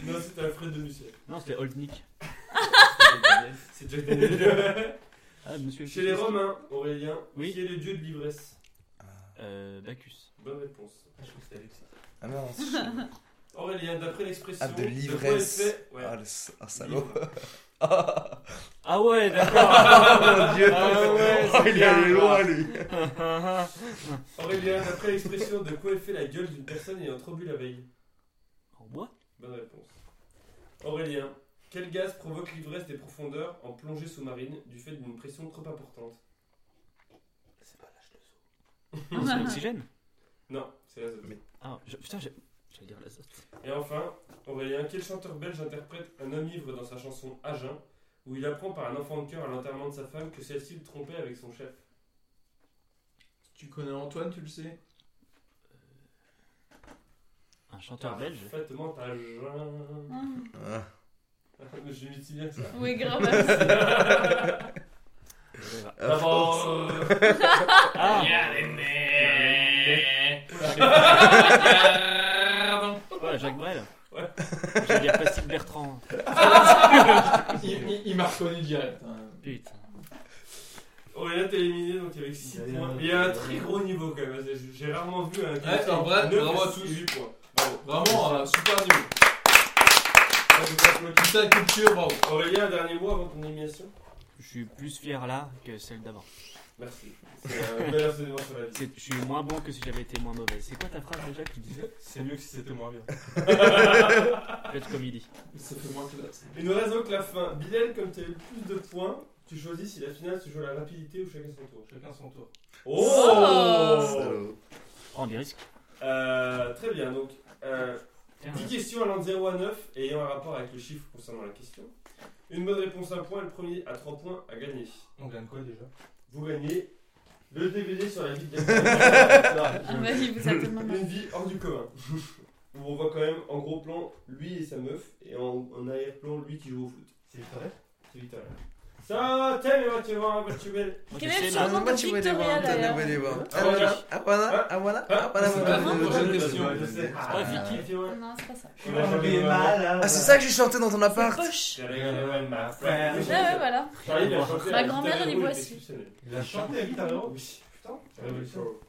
Speaker 4: Non, c'est Alfred de Musset.
Speaker 5: Non, c'était Old Nick.
Speaker 4: C'est Jack Daniel.
Speaker 5: Ah, monsieur.
Speaker 4: Chez les Romains, Aurélien,
Speaker 5: Oui.
Speaker 4: qui est le dieu de l'ivresse
Speaker 5: Euh, Bacchus.
Speaker 4: Bonne réponse.
Speaker 3: Je trouve que c'était Alexis.
Speaker 1: Ah non, c'est-
Speaker 4: Aurélien, d'après l'expression.
Speaker 1: Ah, de
Speaker 4: quoi
Speaker 1: l'ivresse.
Speaker 4: est fait- Ouais.
Speaker 1: Ah, le s- ah, salaud.
Speaker 4: Livre.
Speaker 5: Ah ouais, d'accord.
Speaker 1: Dieu.
Speaker 5: Ah ouais, c'est
Speaker 1: Oh, il est allé
Speaker 5: bien,
Speaker 1: loin,
Speaker 5: là.
Speaker 1: lui.
Speaker 4: Aurélien, d'après l'expression, de quoi est fait la gueule d'une personne ayant trop bu la veille
Speaker 5: en bois
Speaker 4: Bonne réponse. Aurélien, quel gaz provoque l'ivresse des profondeurs en plongée sous-marine du fait d'une pression trop importante
Speaker 5: Non, c'est l'oxygène.
Speaker 4: Non, c'est l'azote.
Speaker 5: Ah, je- putain, j'ai- j'allais dire l'azote.
Speaker 4: Et enfin, Aurélien, quel chanteur belge interprète un homme ivre dans sa chanson Agen, où il apprend par un enfant de cœur à l'enterrement de sa femme que celle-ci le trompait avec son chef
Speaker 6: Tu connais Antoine, tu le sais
Speaker 5: Un
Speaker 4: Ah.
Speaker 5: chanteur belge
Speaker 4: Parfaitement Agen.
Speaker 1: Ah,
Speaker 4: Je m'y tiens bien ça.
Speaker 2: Oui, grave. Ah,
Speaker 4: D'abord.
Speaker 5: Ah Ouais, Jacques Brel.
Speaker 4: Ouais.
Speaker 5: J'allais dire Plastique Bertrand.
Speaker 6: Ah, Il, il, il m'a reconnu direct. hein.
Speaker 5: Putain.
Speaker 4: six
Speaker 3: Il y a
Speaker 4: points.
Speaker 3: un-
Speaker 4: Il y a un très gros niveau quand même. J'ai- J'ai rarement vu un.
Speaker 6: Ouais, en vrai,
Speaker 4: Neuf
Speaker 6: bravo à
Speaker 4: et six,
Speaker 6: tous.
Speaker 4: huit points. Bravo.
Speaker 6: Vraiment, un super niveau.
Speaker 4: Ouais, je vous applaudis.
Speaker 6: Putain, culture, bravo.
Speaker 4: Aurélien, un dernier mot avant ton émission
Speaker 5: Je suis plus fier là que celle d'avant.
Speaker 4: Merci. C'est euh, un bel enseignement sur la vie.
Speaker 5: C'est- Je suis moins bon que si j'avais été moins mauvais. C'est quoi ta phrase déjà que tu disais
Speaker 4: C'est mieux que si c'était moins bien.
Speaker 5: Peut-être comédie.
Speaker 6: Ça fait moins que là.
Speaker 4: Il nous reste donc la fin. Bilal, comme tu as eu le plus de points, tu choisis si la finale se joue à la rapidité ou chacun son tour.
Speaker 3: Chacun son tour.
Speaker 4: Oh
Speaker 1: Salaud.
Speaker 5: Prends des risques.
Speaker 4: Euh, Très bien, donc euh,
Speaker 5: Tiens,
Speaker 4: 10 questions allant de 0 à 9 et ayant un rapport avec le chiffre concernant la question. Une bonne réponse à un point et le premier à 3 points à gagner.
Speaker 3: On gagne quoi déjà
Speaker 4: Vous gagnez le DVD sur la vie de Gaspard.
Speaker 7: Ah, bah, il vous a tellement
Speaker 4: Une vie hors du commun. Où on voit quand même en gros plan lui et sa meuf et en, en arrière-plan lui qui joue au foot.
Speaker 3: C'est vrai
Speaker 4: C'est vital. Ça, t'aimes, hein, tu vois, quoi tu veux.
Speaker 5: moi,
Speaker 7: Quel
Speaker 5: je
Speaker 7: est le
Speaker 5: sais, là,
Speaker 7: surnom de
Speaker 1: Mathieu Bédévin,
Speaker 7: Victoria
Speaker 1: Tana
Speaker 7: d'ailleurs
Speaker 1: Bédévin.
Speaker 4: Ah, voilà.
Speaker 1: Ah voilà, ah voilà, ah voilà,
Speaker 6: c'est
Speaker 1: voilà,
Speaker 6: pas
Speaker 1: voilà,
Speaker 6: une prochaine
Speaker 1: voilà.
Speaker 6: question.
Speaker 1: voilà.
Speaker 4: Je sais.
Speaker 5: Ah, Vicky.
Speaker 4: tu vois.
Speaker 7: Non, c'est pas ça.
Speaker 4: Je l'ai jamais mal.
Speaker 3: hein.
Speaker 1: Ah, c'est ça que j'ai chanté dans ton appart
Speaker 7: Poche.
Speaker 4: J'ai régalé ma frère.
Speaker 7: Ah ouais, voilà.
Speaker 4: J'arrive à chanter
Speaker 7: Ma
Speaker 4: la
Speaker 7: grand-mère,
Speaker 4: guitare
Speaker 7: elle est
Speaker 4: héros,
Speaker 7: voix
Speaker 4: était
Speaker 7: suisse.
Speaker 4: exceptionnelle.
Speaker 3: Il a chanté la guitare héros
Speaker 4: Ah, Oui,
Speaker 3: Putain,
Speaker 4: c'est
Speaker 3: la révolution.
Speaker 4: révolution.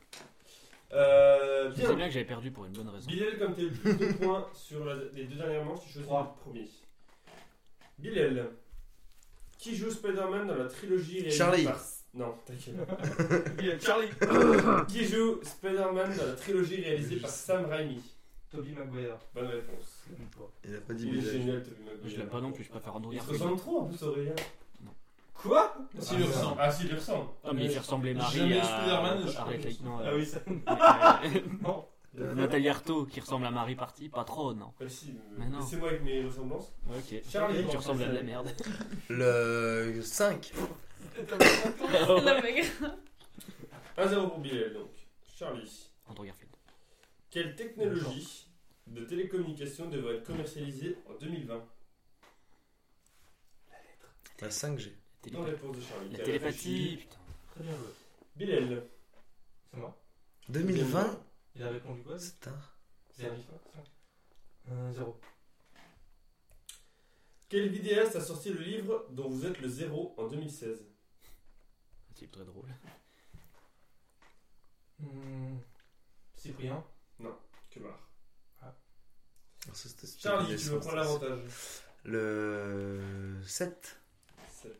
Speaker 4: Euh,
Speaker 5: Je sais
Speaker 4: bien.
Speaker 5: bien que j'avais perdu pour une bonne raison.
Speaker 4: Bilal, comme t'as eu plus de points sur la- les deux dernières manches, tu choisis
Speaker 3: Trois.
Speaker 4: le premier. Bilal, qui joue Spider-Man dans la trilogie réalisée
Speaker 1: Charlie.
Speaker 4: par- Non, t'inquiète.
Speaker 5: Charlie
Speaker 4: Qui joue Spider-Man dans la trilogie réalisée par Sam Raimi
Speaker 3: Toby Maguire.
Speaker 4: Bonne réponse.
Speaker 1: Il a pas dit
Speaker 4: Il est
Speaker 1: Bédévin.
Speaker 4: génial, Toby Maguire.
Speaker 5: Je l'aime pas non plus, je préfère
Speaker 4: Il
Speaker 5: Andrea.
Speaker 4: se ressemble trop en plus, Aurélien.
Speaker 5: Non.
Speaker 4: Quoi
Speaker 6: S'il le ressent.
Speaker 4: Ah, s'il le ressemble.
Speaker 5: Non, mais il fait ressembler Marie
Speaker 6: Jamais
Speaker 5: à.
Speaker 6: Spider-Man, je-
Speaker 5: Arrête, like, non,
Speaker 4: Ah
Speaker 5: euh,
Speaker 4: oui, ça.
Speaker 5: euh, Nathalie Arthaud qui ressemble à Marie Party, pas trop, non.
Speaker 4: Bah si, euh,
Speaker 5: Mais non.
Speaker 4: laissez-moi avec mes ressemblances.
Speaker 5: Ok.
Speaker 4: Charlie,
Speaker 5: Tu ressembles à de la merde.
Speaker 1: Le 5.
Speaker 7: La mec.
Speaker 4: 1-0 pour Bilal donc. Charlie,
Speaker 5: Andrew Garfield.
Speaker 4: quelle technologie de télécommunication devrait être commercialisée en 2020
Speaker 1: La 5G.
Speaker 4: Dans
Speaker 5: Télépathie.
Speaker 4: réponse de Charlie.
Speaker 5: La
Speaker 4: T'as
Speaker 5: télépathie,
Speaker 4: réfléchi.
Speaker 5: putain.
Speaker 3: Très bien joué.
Speaker 4: Bilal,
Speaker 3: C'est moi.
Speaker 1: 2020
Speaker 3: Il a répondu quoi
Speaker 1: C'est tard.
Speaker 3: C'est arrivé. Euh, Zéro.
Speaker 4: quel vidéaste a sorti le livre dont vous êtes le zéro en 2016
Speaker 5: Un type très drôle.
Speaker 3: Hmm, Cyprien.
Speaker 4: Que marre.
Speaker 1: Alors, ça, c'était- c'était
Speaker 4: Charlie,
Speaker 1: des
Speaker 4: tu veux prendre
Speaker 1: sens.
Speaker 4: l'avantage
Speaker 1: Le 7.
Speaker 4: 7.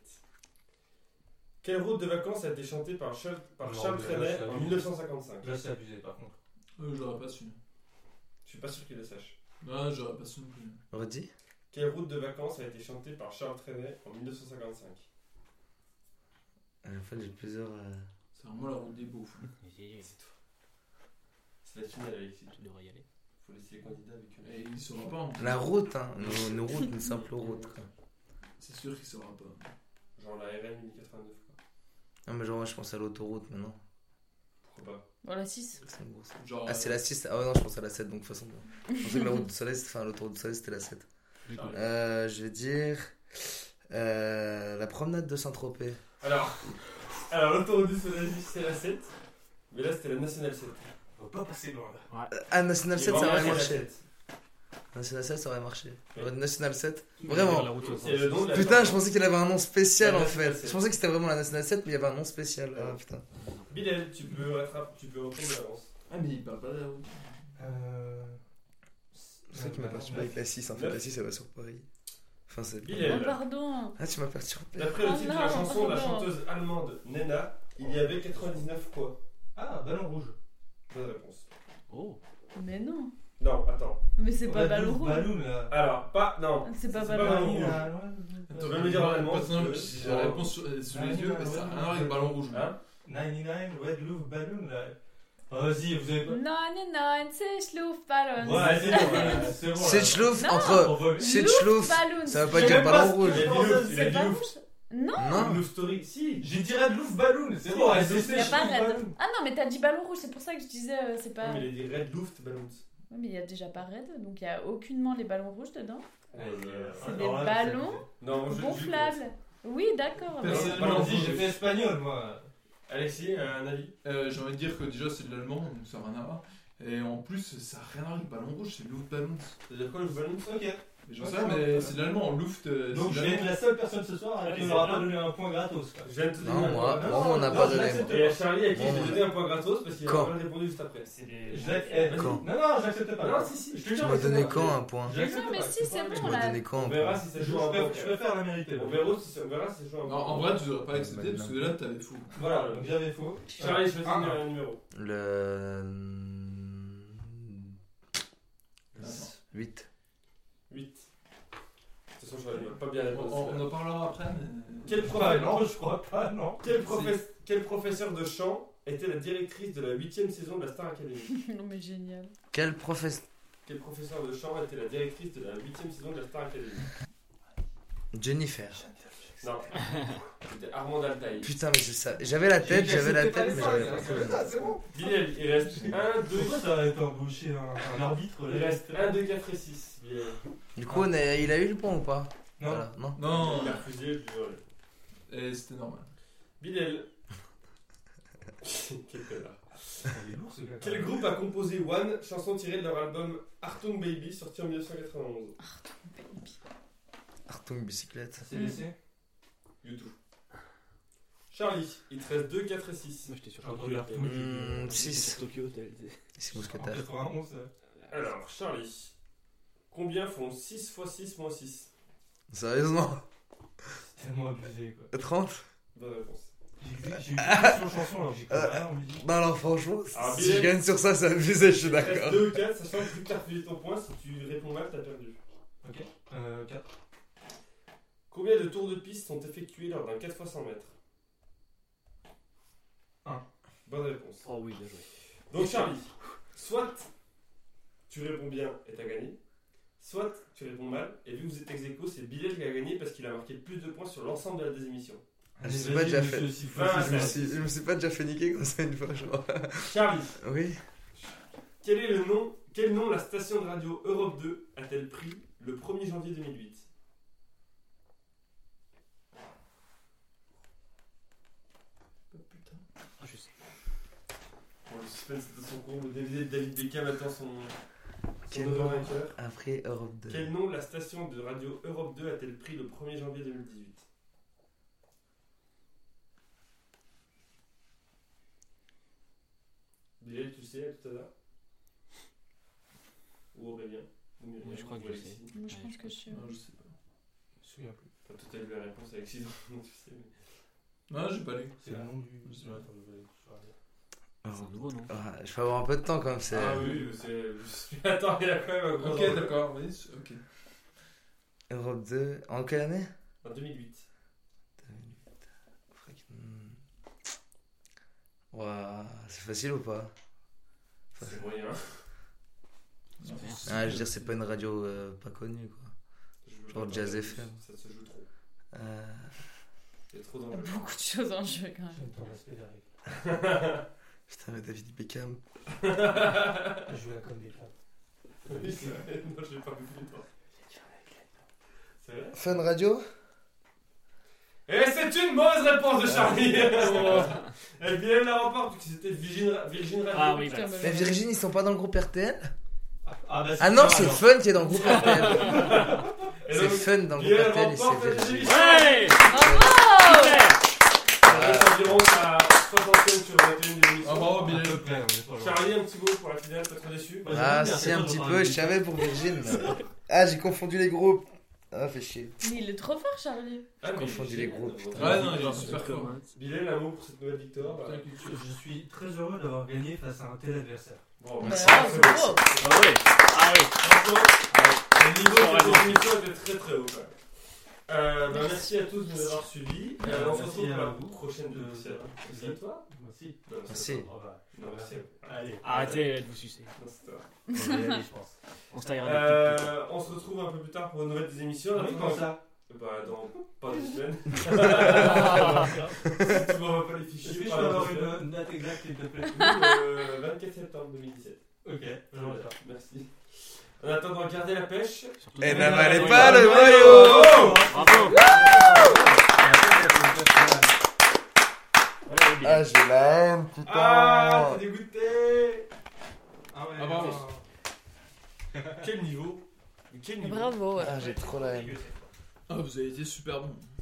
Speaker 4: Quelle route de vacances a été chantée par Charles, par
Speaker 3: Non,
Speaker 4: Charles
Speaker 3: mais là,
Speaker 4: Trenet
Speaker 3: c'est
Speaker 4: en
Speaker 3: abusé.
Speaker 4: 1955
Speaker 3: Là, c'est abusé par contre.
Speaker 6: Euh, j'aurais pas su.
Speaker 4: Je suis pas sûr qu'il le sache.
Speaker 6: Non, j'aurais pas su non plus.
Speaker 1: Redis
Speaker 4: Quelle route de vacances a été chantée par Charles Trenet en 1955
Speaker 1: À la fin, j'ai plusieurs. euh,
Speaker 6: C'est vraiment la route des beaufs.
Speaker 5: Tu
Speaker 4: C'est la finale, Alexis.
Speaker 5: devrais y aller.
Speaker 4: Faut laisser les candidats avec
Speaker 6: Et
Speaker 4: eux.
Speaker 6: il saura pas. hein.
Speaker 1: La route, hein. Nos, nos routes, une simple route. Quoi.
Speaker 6: C'est sûr qu'il saura pas.
Speaker 4: Genre la RM 1089, quoi.
Speaker 1: Non, mais genre, moi, je pense à l'autoroute maintenant.
Speaker 4: Pourquoi pas
Speaker 7: Bon, Oh, la 6.
Speaker 1: C'est une grosse-
Speaker 6: Genre.
Speaker 4: Oh,
Speaker 6: euh,
Speaker 1: Ah, c'est la 6. Ah, ouais, non, je pense à la 7, donc de toute façon. Je pensais que la route du soleil, c'était- enfin, l'autoroute du soleil, c'était la 7.
Speaker 5: Du coup,
Speaker 1: Euh, je vais dire. euh, la promenade de Saint-Tropez.
Speaker 4: Alors, alors l'autoroute du soleil, c'est la 7. Mais là, c'était la nationale 7.
Speaker 3: On va pas passer loin là.
Speaker 1: Ah, National 7, ça
Speaker 4: va
Speaker 1: aurait marché. National 7, ça aurait marché. Le National 7. Vraiment.
Speaker 5: la route au
Speaker 4: C'est le nom de la
Speaker 1: Putain, je pensais qu'il avait un nom spécial
Speaker 4: La
Speaker 1: en
Speaker 4: National
Speaker 1: fait.
Speaker 4: 7.
Speaker 1: Je pensais que c'était vraiment la National 7, mais il y avait un nom spécial. Ah putain.
Speaker 4: Bilal, tu peux rattraper, tu peux reprendre l'avance.
Speaker 6: Ah, mais il parle pas de la route.
Speaker 3: Euh.
Speaker 1: C'est ça qui m'a perturbé avec la 6. En fait, la 6, elle va sur Paris. Enfin, c'est.
Speaker 4: Bilal.
Speaker 7: Oh, pardon.
Speaker 1: Ah, tu m'as perturbé.
Speaker 4: D'après le
Speaker 7: Oh
Speaker 4: titre de la
Speaker 7: non,
Speaker 4: chanson de la
Speaker 7: non.
Speaker 4: chanteuse allemande Nena, il y avait 99 quoi
Speaker 3: Ah, ballon rouge.
Speaker 4: Bonne réponse.
Speaker 5: Oh,
Speaker 7: Mais non.
Speaker 4: Non, attends.
Speaker 7: Mais c'est pas ballon
Speaker 3: Ballon
Speaker 7: rouge.
Speaker 3: Ballon là.
Speaker 4: Alors, pas. Non.
Speaker 7: C'est pas
Speaker 4: C'est
Speaker 7: ballon
Speaker 4: pas
Speaker 7: rouge.
Speaker 4: rouge.
Speaker 3: hein.
Speaker 4: Tu peux me dire euh, en allemand
Speaker 6: Parce que non,
Speaker 4: si tu veux.
Speaker 6: j'ai la réponse sur, euh,
Speaker 4: Ah,
Speaker 6: sous les yeux, mais ça a rien à voir avec le ballon rouge.
Speaker 4: Hein
Speaker 3: 99 Red Love Balloon là. Oh, vas-y, vous avez pas.
Speaker 7: 99 Luftballons.
Speaker 3: Ouais, c'est bon, là, c'est bon.
Speaker 1: C'est
Speaker 3: là.
Speaker 1: Schlouf
Speaker 7: Non.
Speaker 1: entre.
Speaker 3: On va-
Speaker 1: C'est Schlouf.
Speaker 4: bah
Speaker 7: Luftballons.
Speaker 1: Ça veut pas
Speaker 3: Je
Speaker 1: dire
Speaker 3: sais pas
Speaker 1: ballon
Speaker 3: ce
Speaker 1: rouge.
Speaker 4: qu'il y a dit. Il a
Speaker 7: C'est
Speaker 4: dit
Speaker 7: pas
Speaker 4: ouf.
Speaker 7: rouge. Non.
Speaker 1: Non.
Speaker 4: Love Story, si.
Speaker 3: J'ai dit Red Loof Balloon, c'est bon,
Speaker 7: Il
Speaker 3: SOC,
Speaker 7: y a pas
Speaker 3: Loof
Speaker 7: Red.
Speaker 3: Balloon.
Speaker 7: Ah non, mais t'as dit ballon rouge, c'est pour ça que je disais euh, c'est pas.
Speaker 4: Non, Ah, mais
Speaker 7: Ouais,
Speaker 4: il a dit Red Luft Balloons.
Speaker 7: Mais il y a déjà pas Red, donc il y a aucunement les ballons rouges dedans.
Speaker 3: C'est
Speaker 7: des ballons
Speaker 4: Euh, Non, moi, Ah, je- je-
Speaker 7: Gonflables. Oui, d'accord. mais-
Speaker 6: Personne-
Speaker 3: Personnellement, dit, j'ai fait espagnol moi.
Speaker 4: Alexis, euh, un avis
Speaker 6: Euh, J'ai envie de dire que déjà c'est de l'allemand, donc ça n'a rien à voir. Et en plus, ça n'a rien à voir avec le ballon rouge, c'est l'autre ballon.
Speaker 4: C'est-à-dire quoi le ballon
Speaker 3: Ok.
Speaker 6: Mais J'en sais, rien, mais c'est de l'allemand. Luft, euh,
Speaker 3: Donc je
Speaker 6: c'est de
Speaker 3: vais
Speaker 6: l'allemand.
Speaker 3: être la seule personne ce soir à qui
Speaker 4: Allez,
Speaker 3: ne m'aura
Speaker 4: c'est
Speaker 3: pas
Speaker 4: bien.
Speaker 3: donné un point gratos. quoi.
Speaker 4: Je viens de te
Speaker 1: Non,
Speaker 4: donner
Speaker 1: moi,
Speaker 3: non,
Speaker 1: moi on n'a
Speaker 3: non,
Speaker 1: pas
Speaker 3: je
Speaker 1: donné.
Speaker 3: l'accepte.
Speaker 1: moi.
Speaker 4: Et à Charlie, à qui
Speaker 1: Bon,
Speaker 4: je vais
Speaker 1: ouais.
Speaker 4: donner un point gratos parce qu'il a
Speaker 1: Quand
Speaker 4: pas répondu juste après. C'est les.
Speaker 3: Je l'ac- eh,
Speaker 4: Vas-y.
Speaker 1: Quand
Speaker 3: Non, non, je l'accepte pas.
Speaker 4: Non, si, si.
Speaker 3: Je te
Speaker 4: Tu
Speaker 1: Tu
Speaker 3: jure,
Speaker 1: m'as
Speaker 3: je
Speaker 1: donné
Speaker 3: l'accepte
Speaker 1: quand
Speaker 3: pas.
Speaker 1: un point
Speaker 3: Je l'accepte
Speaker 7: Non, mais
Speaker 3: pas,
Speaker 7: si,
Speaker 3: je
Speaker 7: c'est
Speaker 3: comprends
Speaker 7: bon,
Speaker 1: Tu
Speaker 3: pas.
Speaker 1: m'as
Speaker 7: là.
Speaker 1: donné quand
Speaker 4: On
Speaker 1: un point
Speaker 4: verra si ça
Speaker 3: Je
Speaker 4: joue un
Speaker 3: préfère-
Speaker 4: bon.
Speaker 3: je préfère la mériter.
Speaker 4: On verra si ça- on verra si ça joue un
Speaker 6: Non,
Speaker 4: bon.
Speaker 6: en vrai, tu devrais pas accepter parce que là, t'avais fou.
Speaker 3: Voilà, donc j'avais faux.
Speaker 4: Charlie, choisis
Speaker 3: Ah,
Speaker 4: un numéro.
Speaker 1: Le. 8.
Speaker 4: 8. De toute façon, je vais pas bien
Speaker 6: On,
Speaker 4: répondre.
Speaker 6: on- on en parlera après, mais.
Speaker 4: Quel
Speaker 3: Je
Speaker 4: prof-
Speaker 3: crois oh. Ah, non, je crois pas, non.
Speaker 4: Quel, professe- quel professeur de chant était la directrice de la 8 saison de la Star Academy
Speaker 2: Non, mais génial.
Speaker 1: Quel professeur.
Speaker 4: Quel professeur de chant était la directrice de la 8 saison de la Star Academy
Speaker 1: Jennifer.
Speaker 4: Non. C'était Armand Altaï.
Speaker 1: Putain, mais je savais- j'avais la tête, j'avais la tête, mais j'avais pas.
Speaker 6: C'est bon
Speaker 4: Bilal, il reste 1, 2,
Speaker 3: Pourquoi t'as t'as embauché un, un arbitre
Speaker 4: il
Speaker 3: là
Speaker 4: reste 1, 2, 4 et 6. Bilal.
Speaker 1: Du coup, on a- il a eu le point ou pas
Speaker 3: Non.
Speaker 1: Voilà, non.
Speaker 6: Non,
Speaker 4: Il a refusé le viol.
Speaker 6: et c'était normal.
Speaker 4: Bilal. Quel connard.
Speaker 3: Il est lourd, ce gars.
Speaker 4: Quel groupe a composé One, chanson tirée de leur album Artung Baby, sorti en 1991
Speaker 1: Artung bicyclette.
Speaker 3: C'est laissé
Speaker 4: YouTube. Charlie, il te reste 2, 4 et 6.
Speaker 5: j'étais sur
Speaker 3: J'ai entendu Artung.
Speaker 1: Hmm,
Speaker 5: j'étais
Speaker 1: 6.
Speaker 5: sur Mmh, Tokyo Hotel.
Speaker 1: C'est
Speaker 3: En
Speaker 1: mousquetaire.
Speaker 3: 91. euh,
Speaker 4: Alors, Charlie, combien font 6 x 6 moins 6
Speaker 1: Sérieusement
Speaker 3: C'est tellement abusé quoi.
Speaker 1: 30
Speaker 4: Bonne réponse.
Speaker 3: J'ai j'ai eu une sur chanson alors que j'ai
Speaker 1: Euh,
Speaker 3: compris rien en musique.
Speaker 1: Bah alors franchement,
Speaker 4: Ah,
Speaker 1: si
Speaker 4: bien.
Speaker 1: je gagne sur ça, ça abusé, je suis
Speaker 4: Il te reste
Speaker 1: d'accord.
Speaker 4: 2 ou 4, sachant que tu t'as refusé ton point, si tu réponds mal, t'as perdu.
Speaker 3: Ok. Euh, 4.
Speaker 4: Combien de tours de piste sont effectués lors d'un 4 x 100 mètres
Speaker 3: Un.
Speaker 4: Bonne réponse.
Speaker 5: Oh oui, bien joué.
Speaker 4: Donc Charlie, soit tu réponds bien et t'as gagné, soit tu réponds mal, et vu que vous êtes ex aequo, c'est Bilal qui a gagné parce qu'il a marqué plus de points sur l'ensemble de la désémission.
Speaker 1: Ah, je sais pas, déjà fait.
Speaker 4: Ah,
Speaker 1: Je me, suis, je me suis pas déjà fait niquer comme ça une fois, je crois.
Speaker 4: Charlie,
Speaker 1: Oui.
Speaker 4: quel est le nom, quel nom la station de radio Europe 2 a-t-elle pris le 1er janvier 2008
Speaker 5: Ah, je sais.
Speaker 4: Bon, le suspense de son cours, vous devinez David Beckham attend son, son
Speaker 1: Quel
Speaker 4: nouveau
Speaker 1: nom
Speaker 4: vainqueur.
Speaker 1: Après Europe 2.
Speaker 4: Quel nom la station de radio Europe 2 a-t-elle pris le 1er janvier 2018 Bilal, tu le sais, à tout à l'heure Ou Aurélien Ou Myriam,
Speaker 5: Oui, je crois que
Speaker 4: ou
Speaker 5: je le
Speaker 4: Alexis.
Speaker 2: Moi, je
Speaker 5: Ouais,
Speaker 2: pense
Speaker 5: je
Speaker 2: que je suis.
Speaker 6: Non, je sais pas.
Speaker 3: Je me souviens plus.
Speaker 4: Enfin, tout à eu la réponse, Alexis, non, tu sais. mais-
Speaker 6: Non, j'ai pas lu.
Speaker 3: C'est le nom du.
Speaker 6: Je sais pas.
Speaker 3: Attends, je vais- je vais regarder.
Speaker 5: C'est un nouveau, non
Speaker 1: Ah, je peux avoir un peu de temps quand même, c'est.
Speaker 4: Ah oui, c'est. Attends, il y a quand même un gros.
Speaker 6: Ok,
Speaker 4: enjeu.
Speaker 6: d'accord, vas-y. c'est- Ok.
Speaker 1: Europe 2. En quelle année
Speaker 4: En 2008.
Speaker 1: Frick, hmm. Ouah, c'est facile ou pas
Speaker 4: C'est moyen.
Speaker 1: Ah, je veux dire, c'est pas une radio euh, pas connue quoi.
Speaker 4: Je veux
Speaker 1: Genre
Speaker 4: pas
Speaker 1: Jazz
Speaker 4: parler,
Speaker 1: FM.
Speaker 4: Ça se joue trop.
Speaker 1: Euh,
Speaker 4: Il y a trop
Speaker 2: Il y a
Speaker 4: d'enjeux.
Speaker 2: beaucoup de choses en jeu quand même.
Speaker 3: J'aime ton respect Derek.
Speaker 1: Putain, mais David Beckham.
Speaker 3: Je joue à la com des femmes.
Speaker 4: Oui, c'est vrai. Non, j'ai pas vu le temps. C'est vrai
Speaker 1: Fun radio
Speaker 4: Et c'est une mauvaise réponse de Charlie Eh Elle vient de la remporte parce que c'était Virgin, Ra- Virgin Radio.
Speaker 5: Ah oui,
Speaker 2: Putain,
Speaker 5: voilà.
Speaker 2: bah,
Speaker 1: Mais
Speaker 2: j'aurais-
Speaker 1: Virgin, ils sont pas dans le groupe RTL
Speaker 3: Ah, bah,
Speaker 1: Ah non,
Speaker 3: pas
Speaker 1: c'est
Speaker 3: mal,
Speaker 1: Fun qui est dans le groupe RTL.
Speaker 4: Et
Speaker 1: Ah, C'est
Speaker 4: donc,
Speaker 1: Fun dans le
Speaker 4: Bien,
Speaker 1: groupe RTL, et
Speaker 4: remporte la
Speaker 1: c'est Virgin.
Speaker 4: désémission.
Speaker 5: Ouais
Speaker 7: Ah,
Speaker 5: Ah
Speaker 4: Ça reste environ à 60 sur 21 de
Speaker 6: Ah,
Speaker 4: l'émission.
Speaker 6: bravo,
Speaker 3: hein.
Speaker 6: bien.
Speaker 3: À peu près, on est pas loin.
Speaker 4: Charlie, un petit mot pour la finale, pas trop déçu
Speaker 3: Ouais,
Speaker 1: Ah
Speaker 3: j'aime bien,
Speaker 1: si
Speaker 3: c'est
Speaker 1: un
Speaker 3: pas
Speaker 1: petit
Speaker 3: genre
Speaker 1: peu,
Speaker 3: un-
Speaker 1: je savais pour Virgin. ah j'ai confondu les groupes. Ah fait chier.
Speaker 2: Mais il est trop fort, Charlie.
Speaker 4: Ah, mais
Speaker 1: confondu
Speaker 4: j'ai-
Speaker 1: les groupes, putain.
Speaker 6: Ouais, non, il est super fort.
Speaker 4: Bilal, un mot pour cette nouvelle victoire. bah,
Speaker 3: Je je suis très heureux d'avoir gagné face à un tel adversaire.
Speaker 4: Bon,
Speaker 2: Bah,
Speaker 1: Merci.
Speaker 2: ah, bravo.
Speaker 5: Ah oui Ah oui
Speaker 4: Franchement, euh, le niveau de
Speaker 5: Bravo.
Speaker 4: cette émission était très très haut. quand même. Euh, bah, merci à tous de nous avoir suivis. Euh, on se
Speaker 3: Merci
Speaker 4: retrouve
Speaker 3: à
Speaker 4: pour la
Speaker 3: vous.
Speaker 4: prochaine de
Speaker 3: Merci à vous.
Speaker 4: C'est à toi
Speaker 3: Merci.
Speaker 4: Non, c'est
Speaker 1: Merci.
Speaker 4: toi.
Speaker 3: Oh, bah, je
Speaker 4: Non,
Speaker 3: vous
Speaker 4: merci
Speaker 3: remercie.
Speaker 4: à vous.
Speaker 3: Allez.
Speaker 5: Arrêtez de vous sucer.
Speaker 4: Non, c'est toi.
Speaker 3: On va y aller, je pense.
Speaker 5: On se taillera des petites
Speaker 4: Euh, on se retrouve un peu plus tard pour une nouvelle des émissions.
Speaker 3: Oui,
Speaker 4: Attends,
Speaker 3: comme ça.
Speaker 4: Bah, dans pas deux semaines.
Speaker 3: Est-ce
Speaker 4: si tu m'envoies pas les
Speaker 3: que je
Speaker 4: fichiers,
Speaker 3: peux
Speaker 4: pas dans
Speaker 3: avoir
Speaker 4: deux semaines.
Speaker 3: une date exacte, s'il te plaît
Speaker 4: Euh, 24 septembre 2017.
Speaker 3: Ok, je reviens.
Speaker 4: Merci. En attendant, gardez la pêche.
Speaker 5: coupes. Surtout-
Speaker 1: Eh ben
Speaker 4: ben,
Speaker 1: valait
Speaker 4: valez
Speaker 1: pas
Speaker 4: pas
Speaker 1: le
Speaker 4: le
Speaker 1: maillot
Speaker 5: Bravo Voilà, les gars.
Speaker 1: Ah je l'aime
Speaker 3: Oh
Speaker 1: putain
Speaker 4: Ah, t'es dégoûté
Speaker 3: Ah ouais.
Speaker 6: Ah, bravo.
Speaker 4: Quel niveau
Speaker 8: Mais quel niveau
Speaker 9: Bravo. ouais.
Speaker 4: Ah, j'ai trop la haine.
Speaker 6: Ah, vous avez été super bon.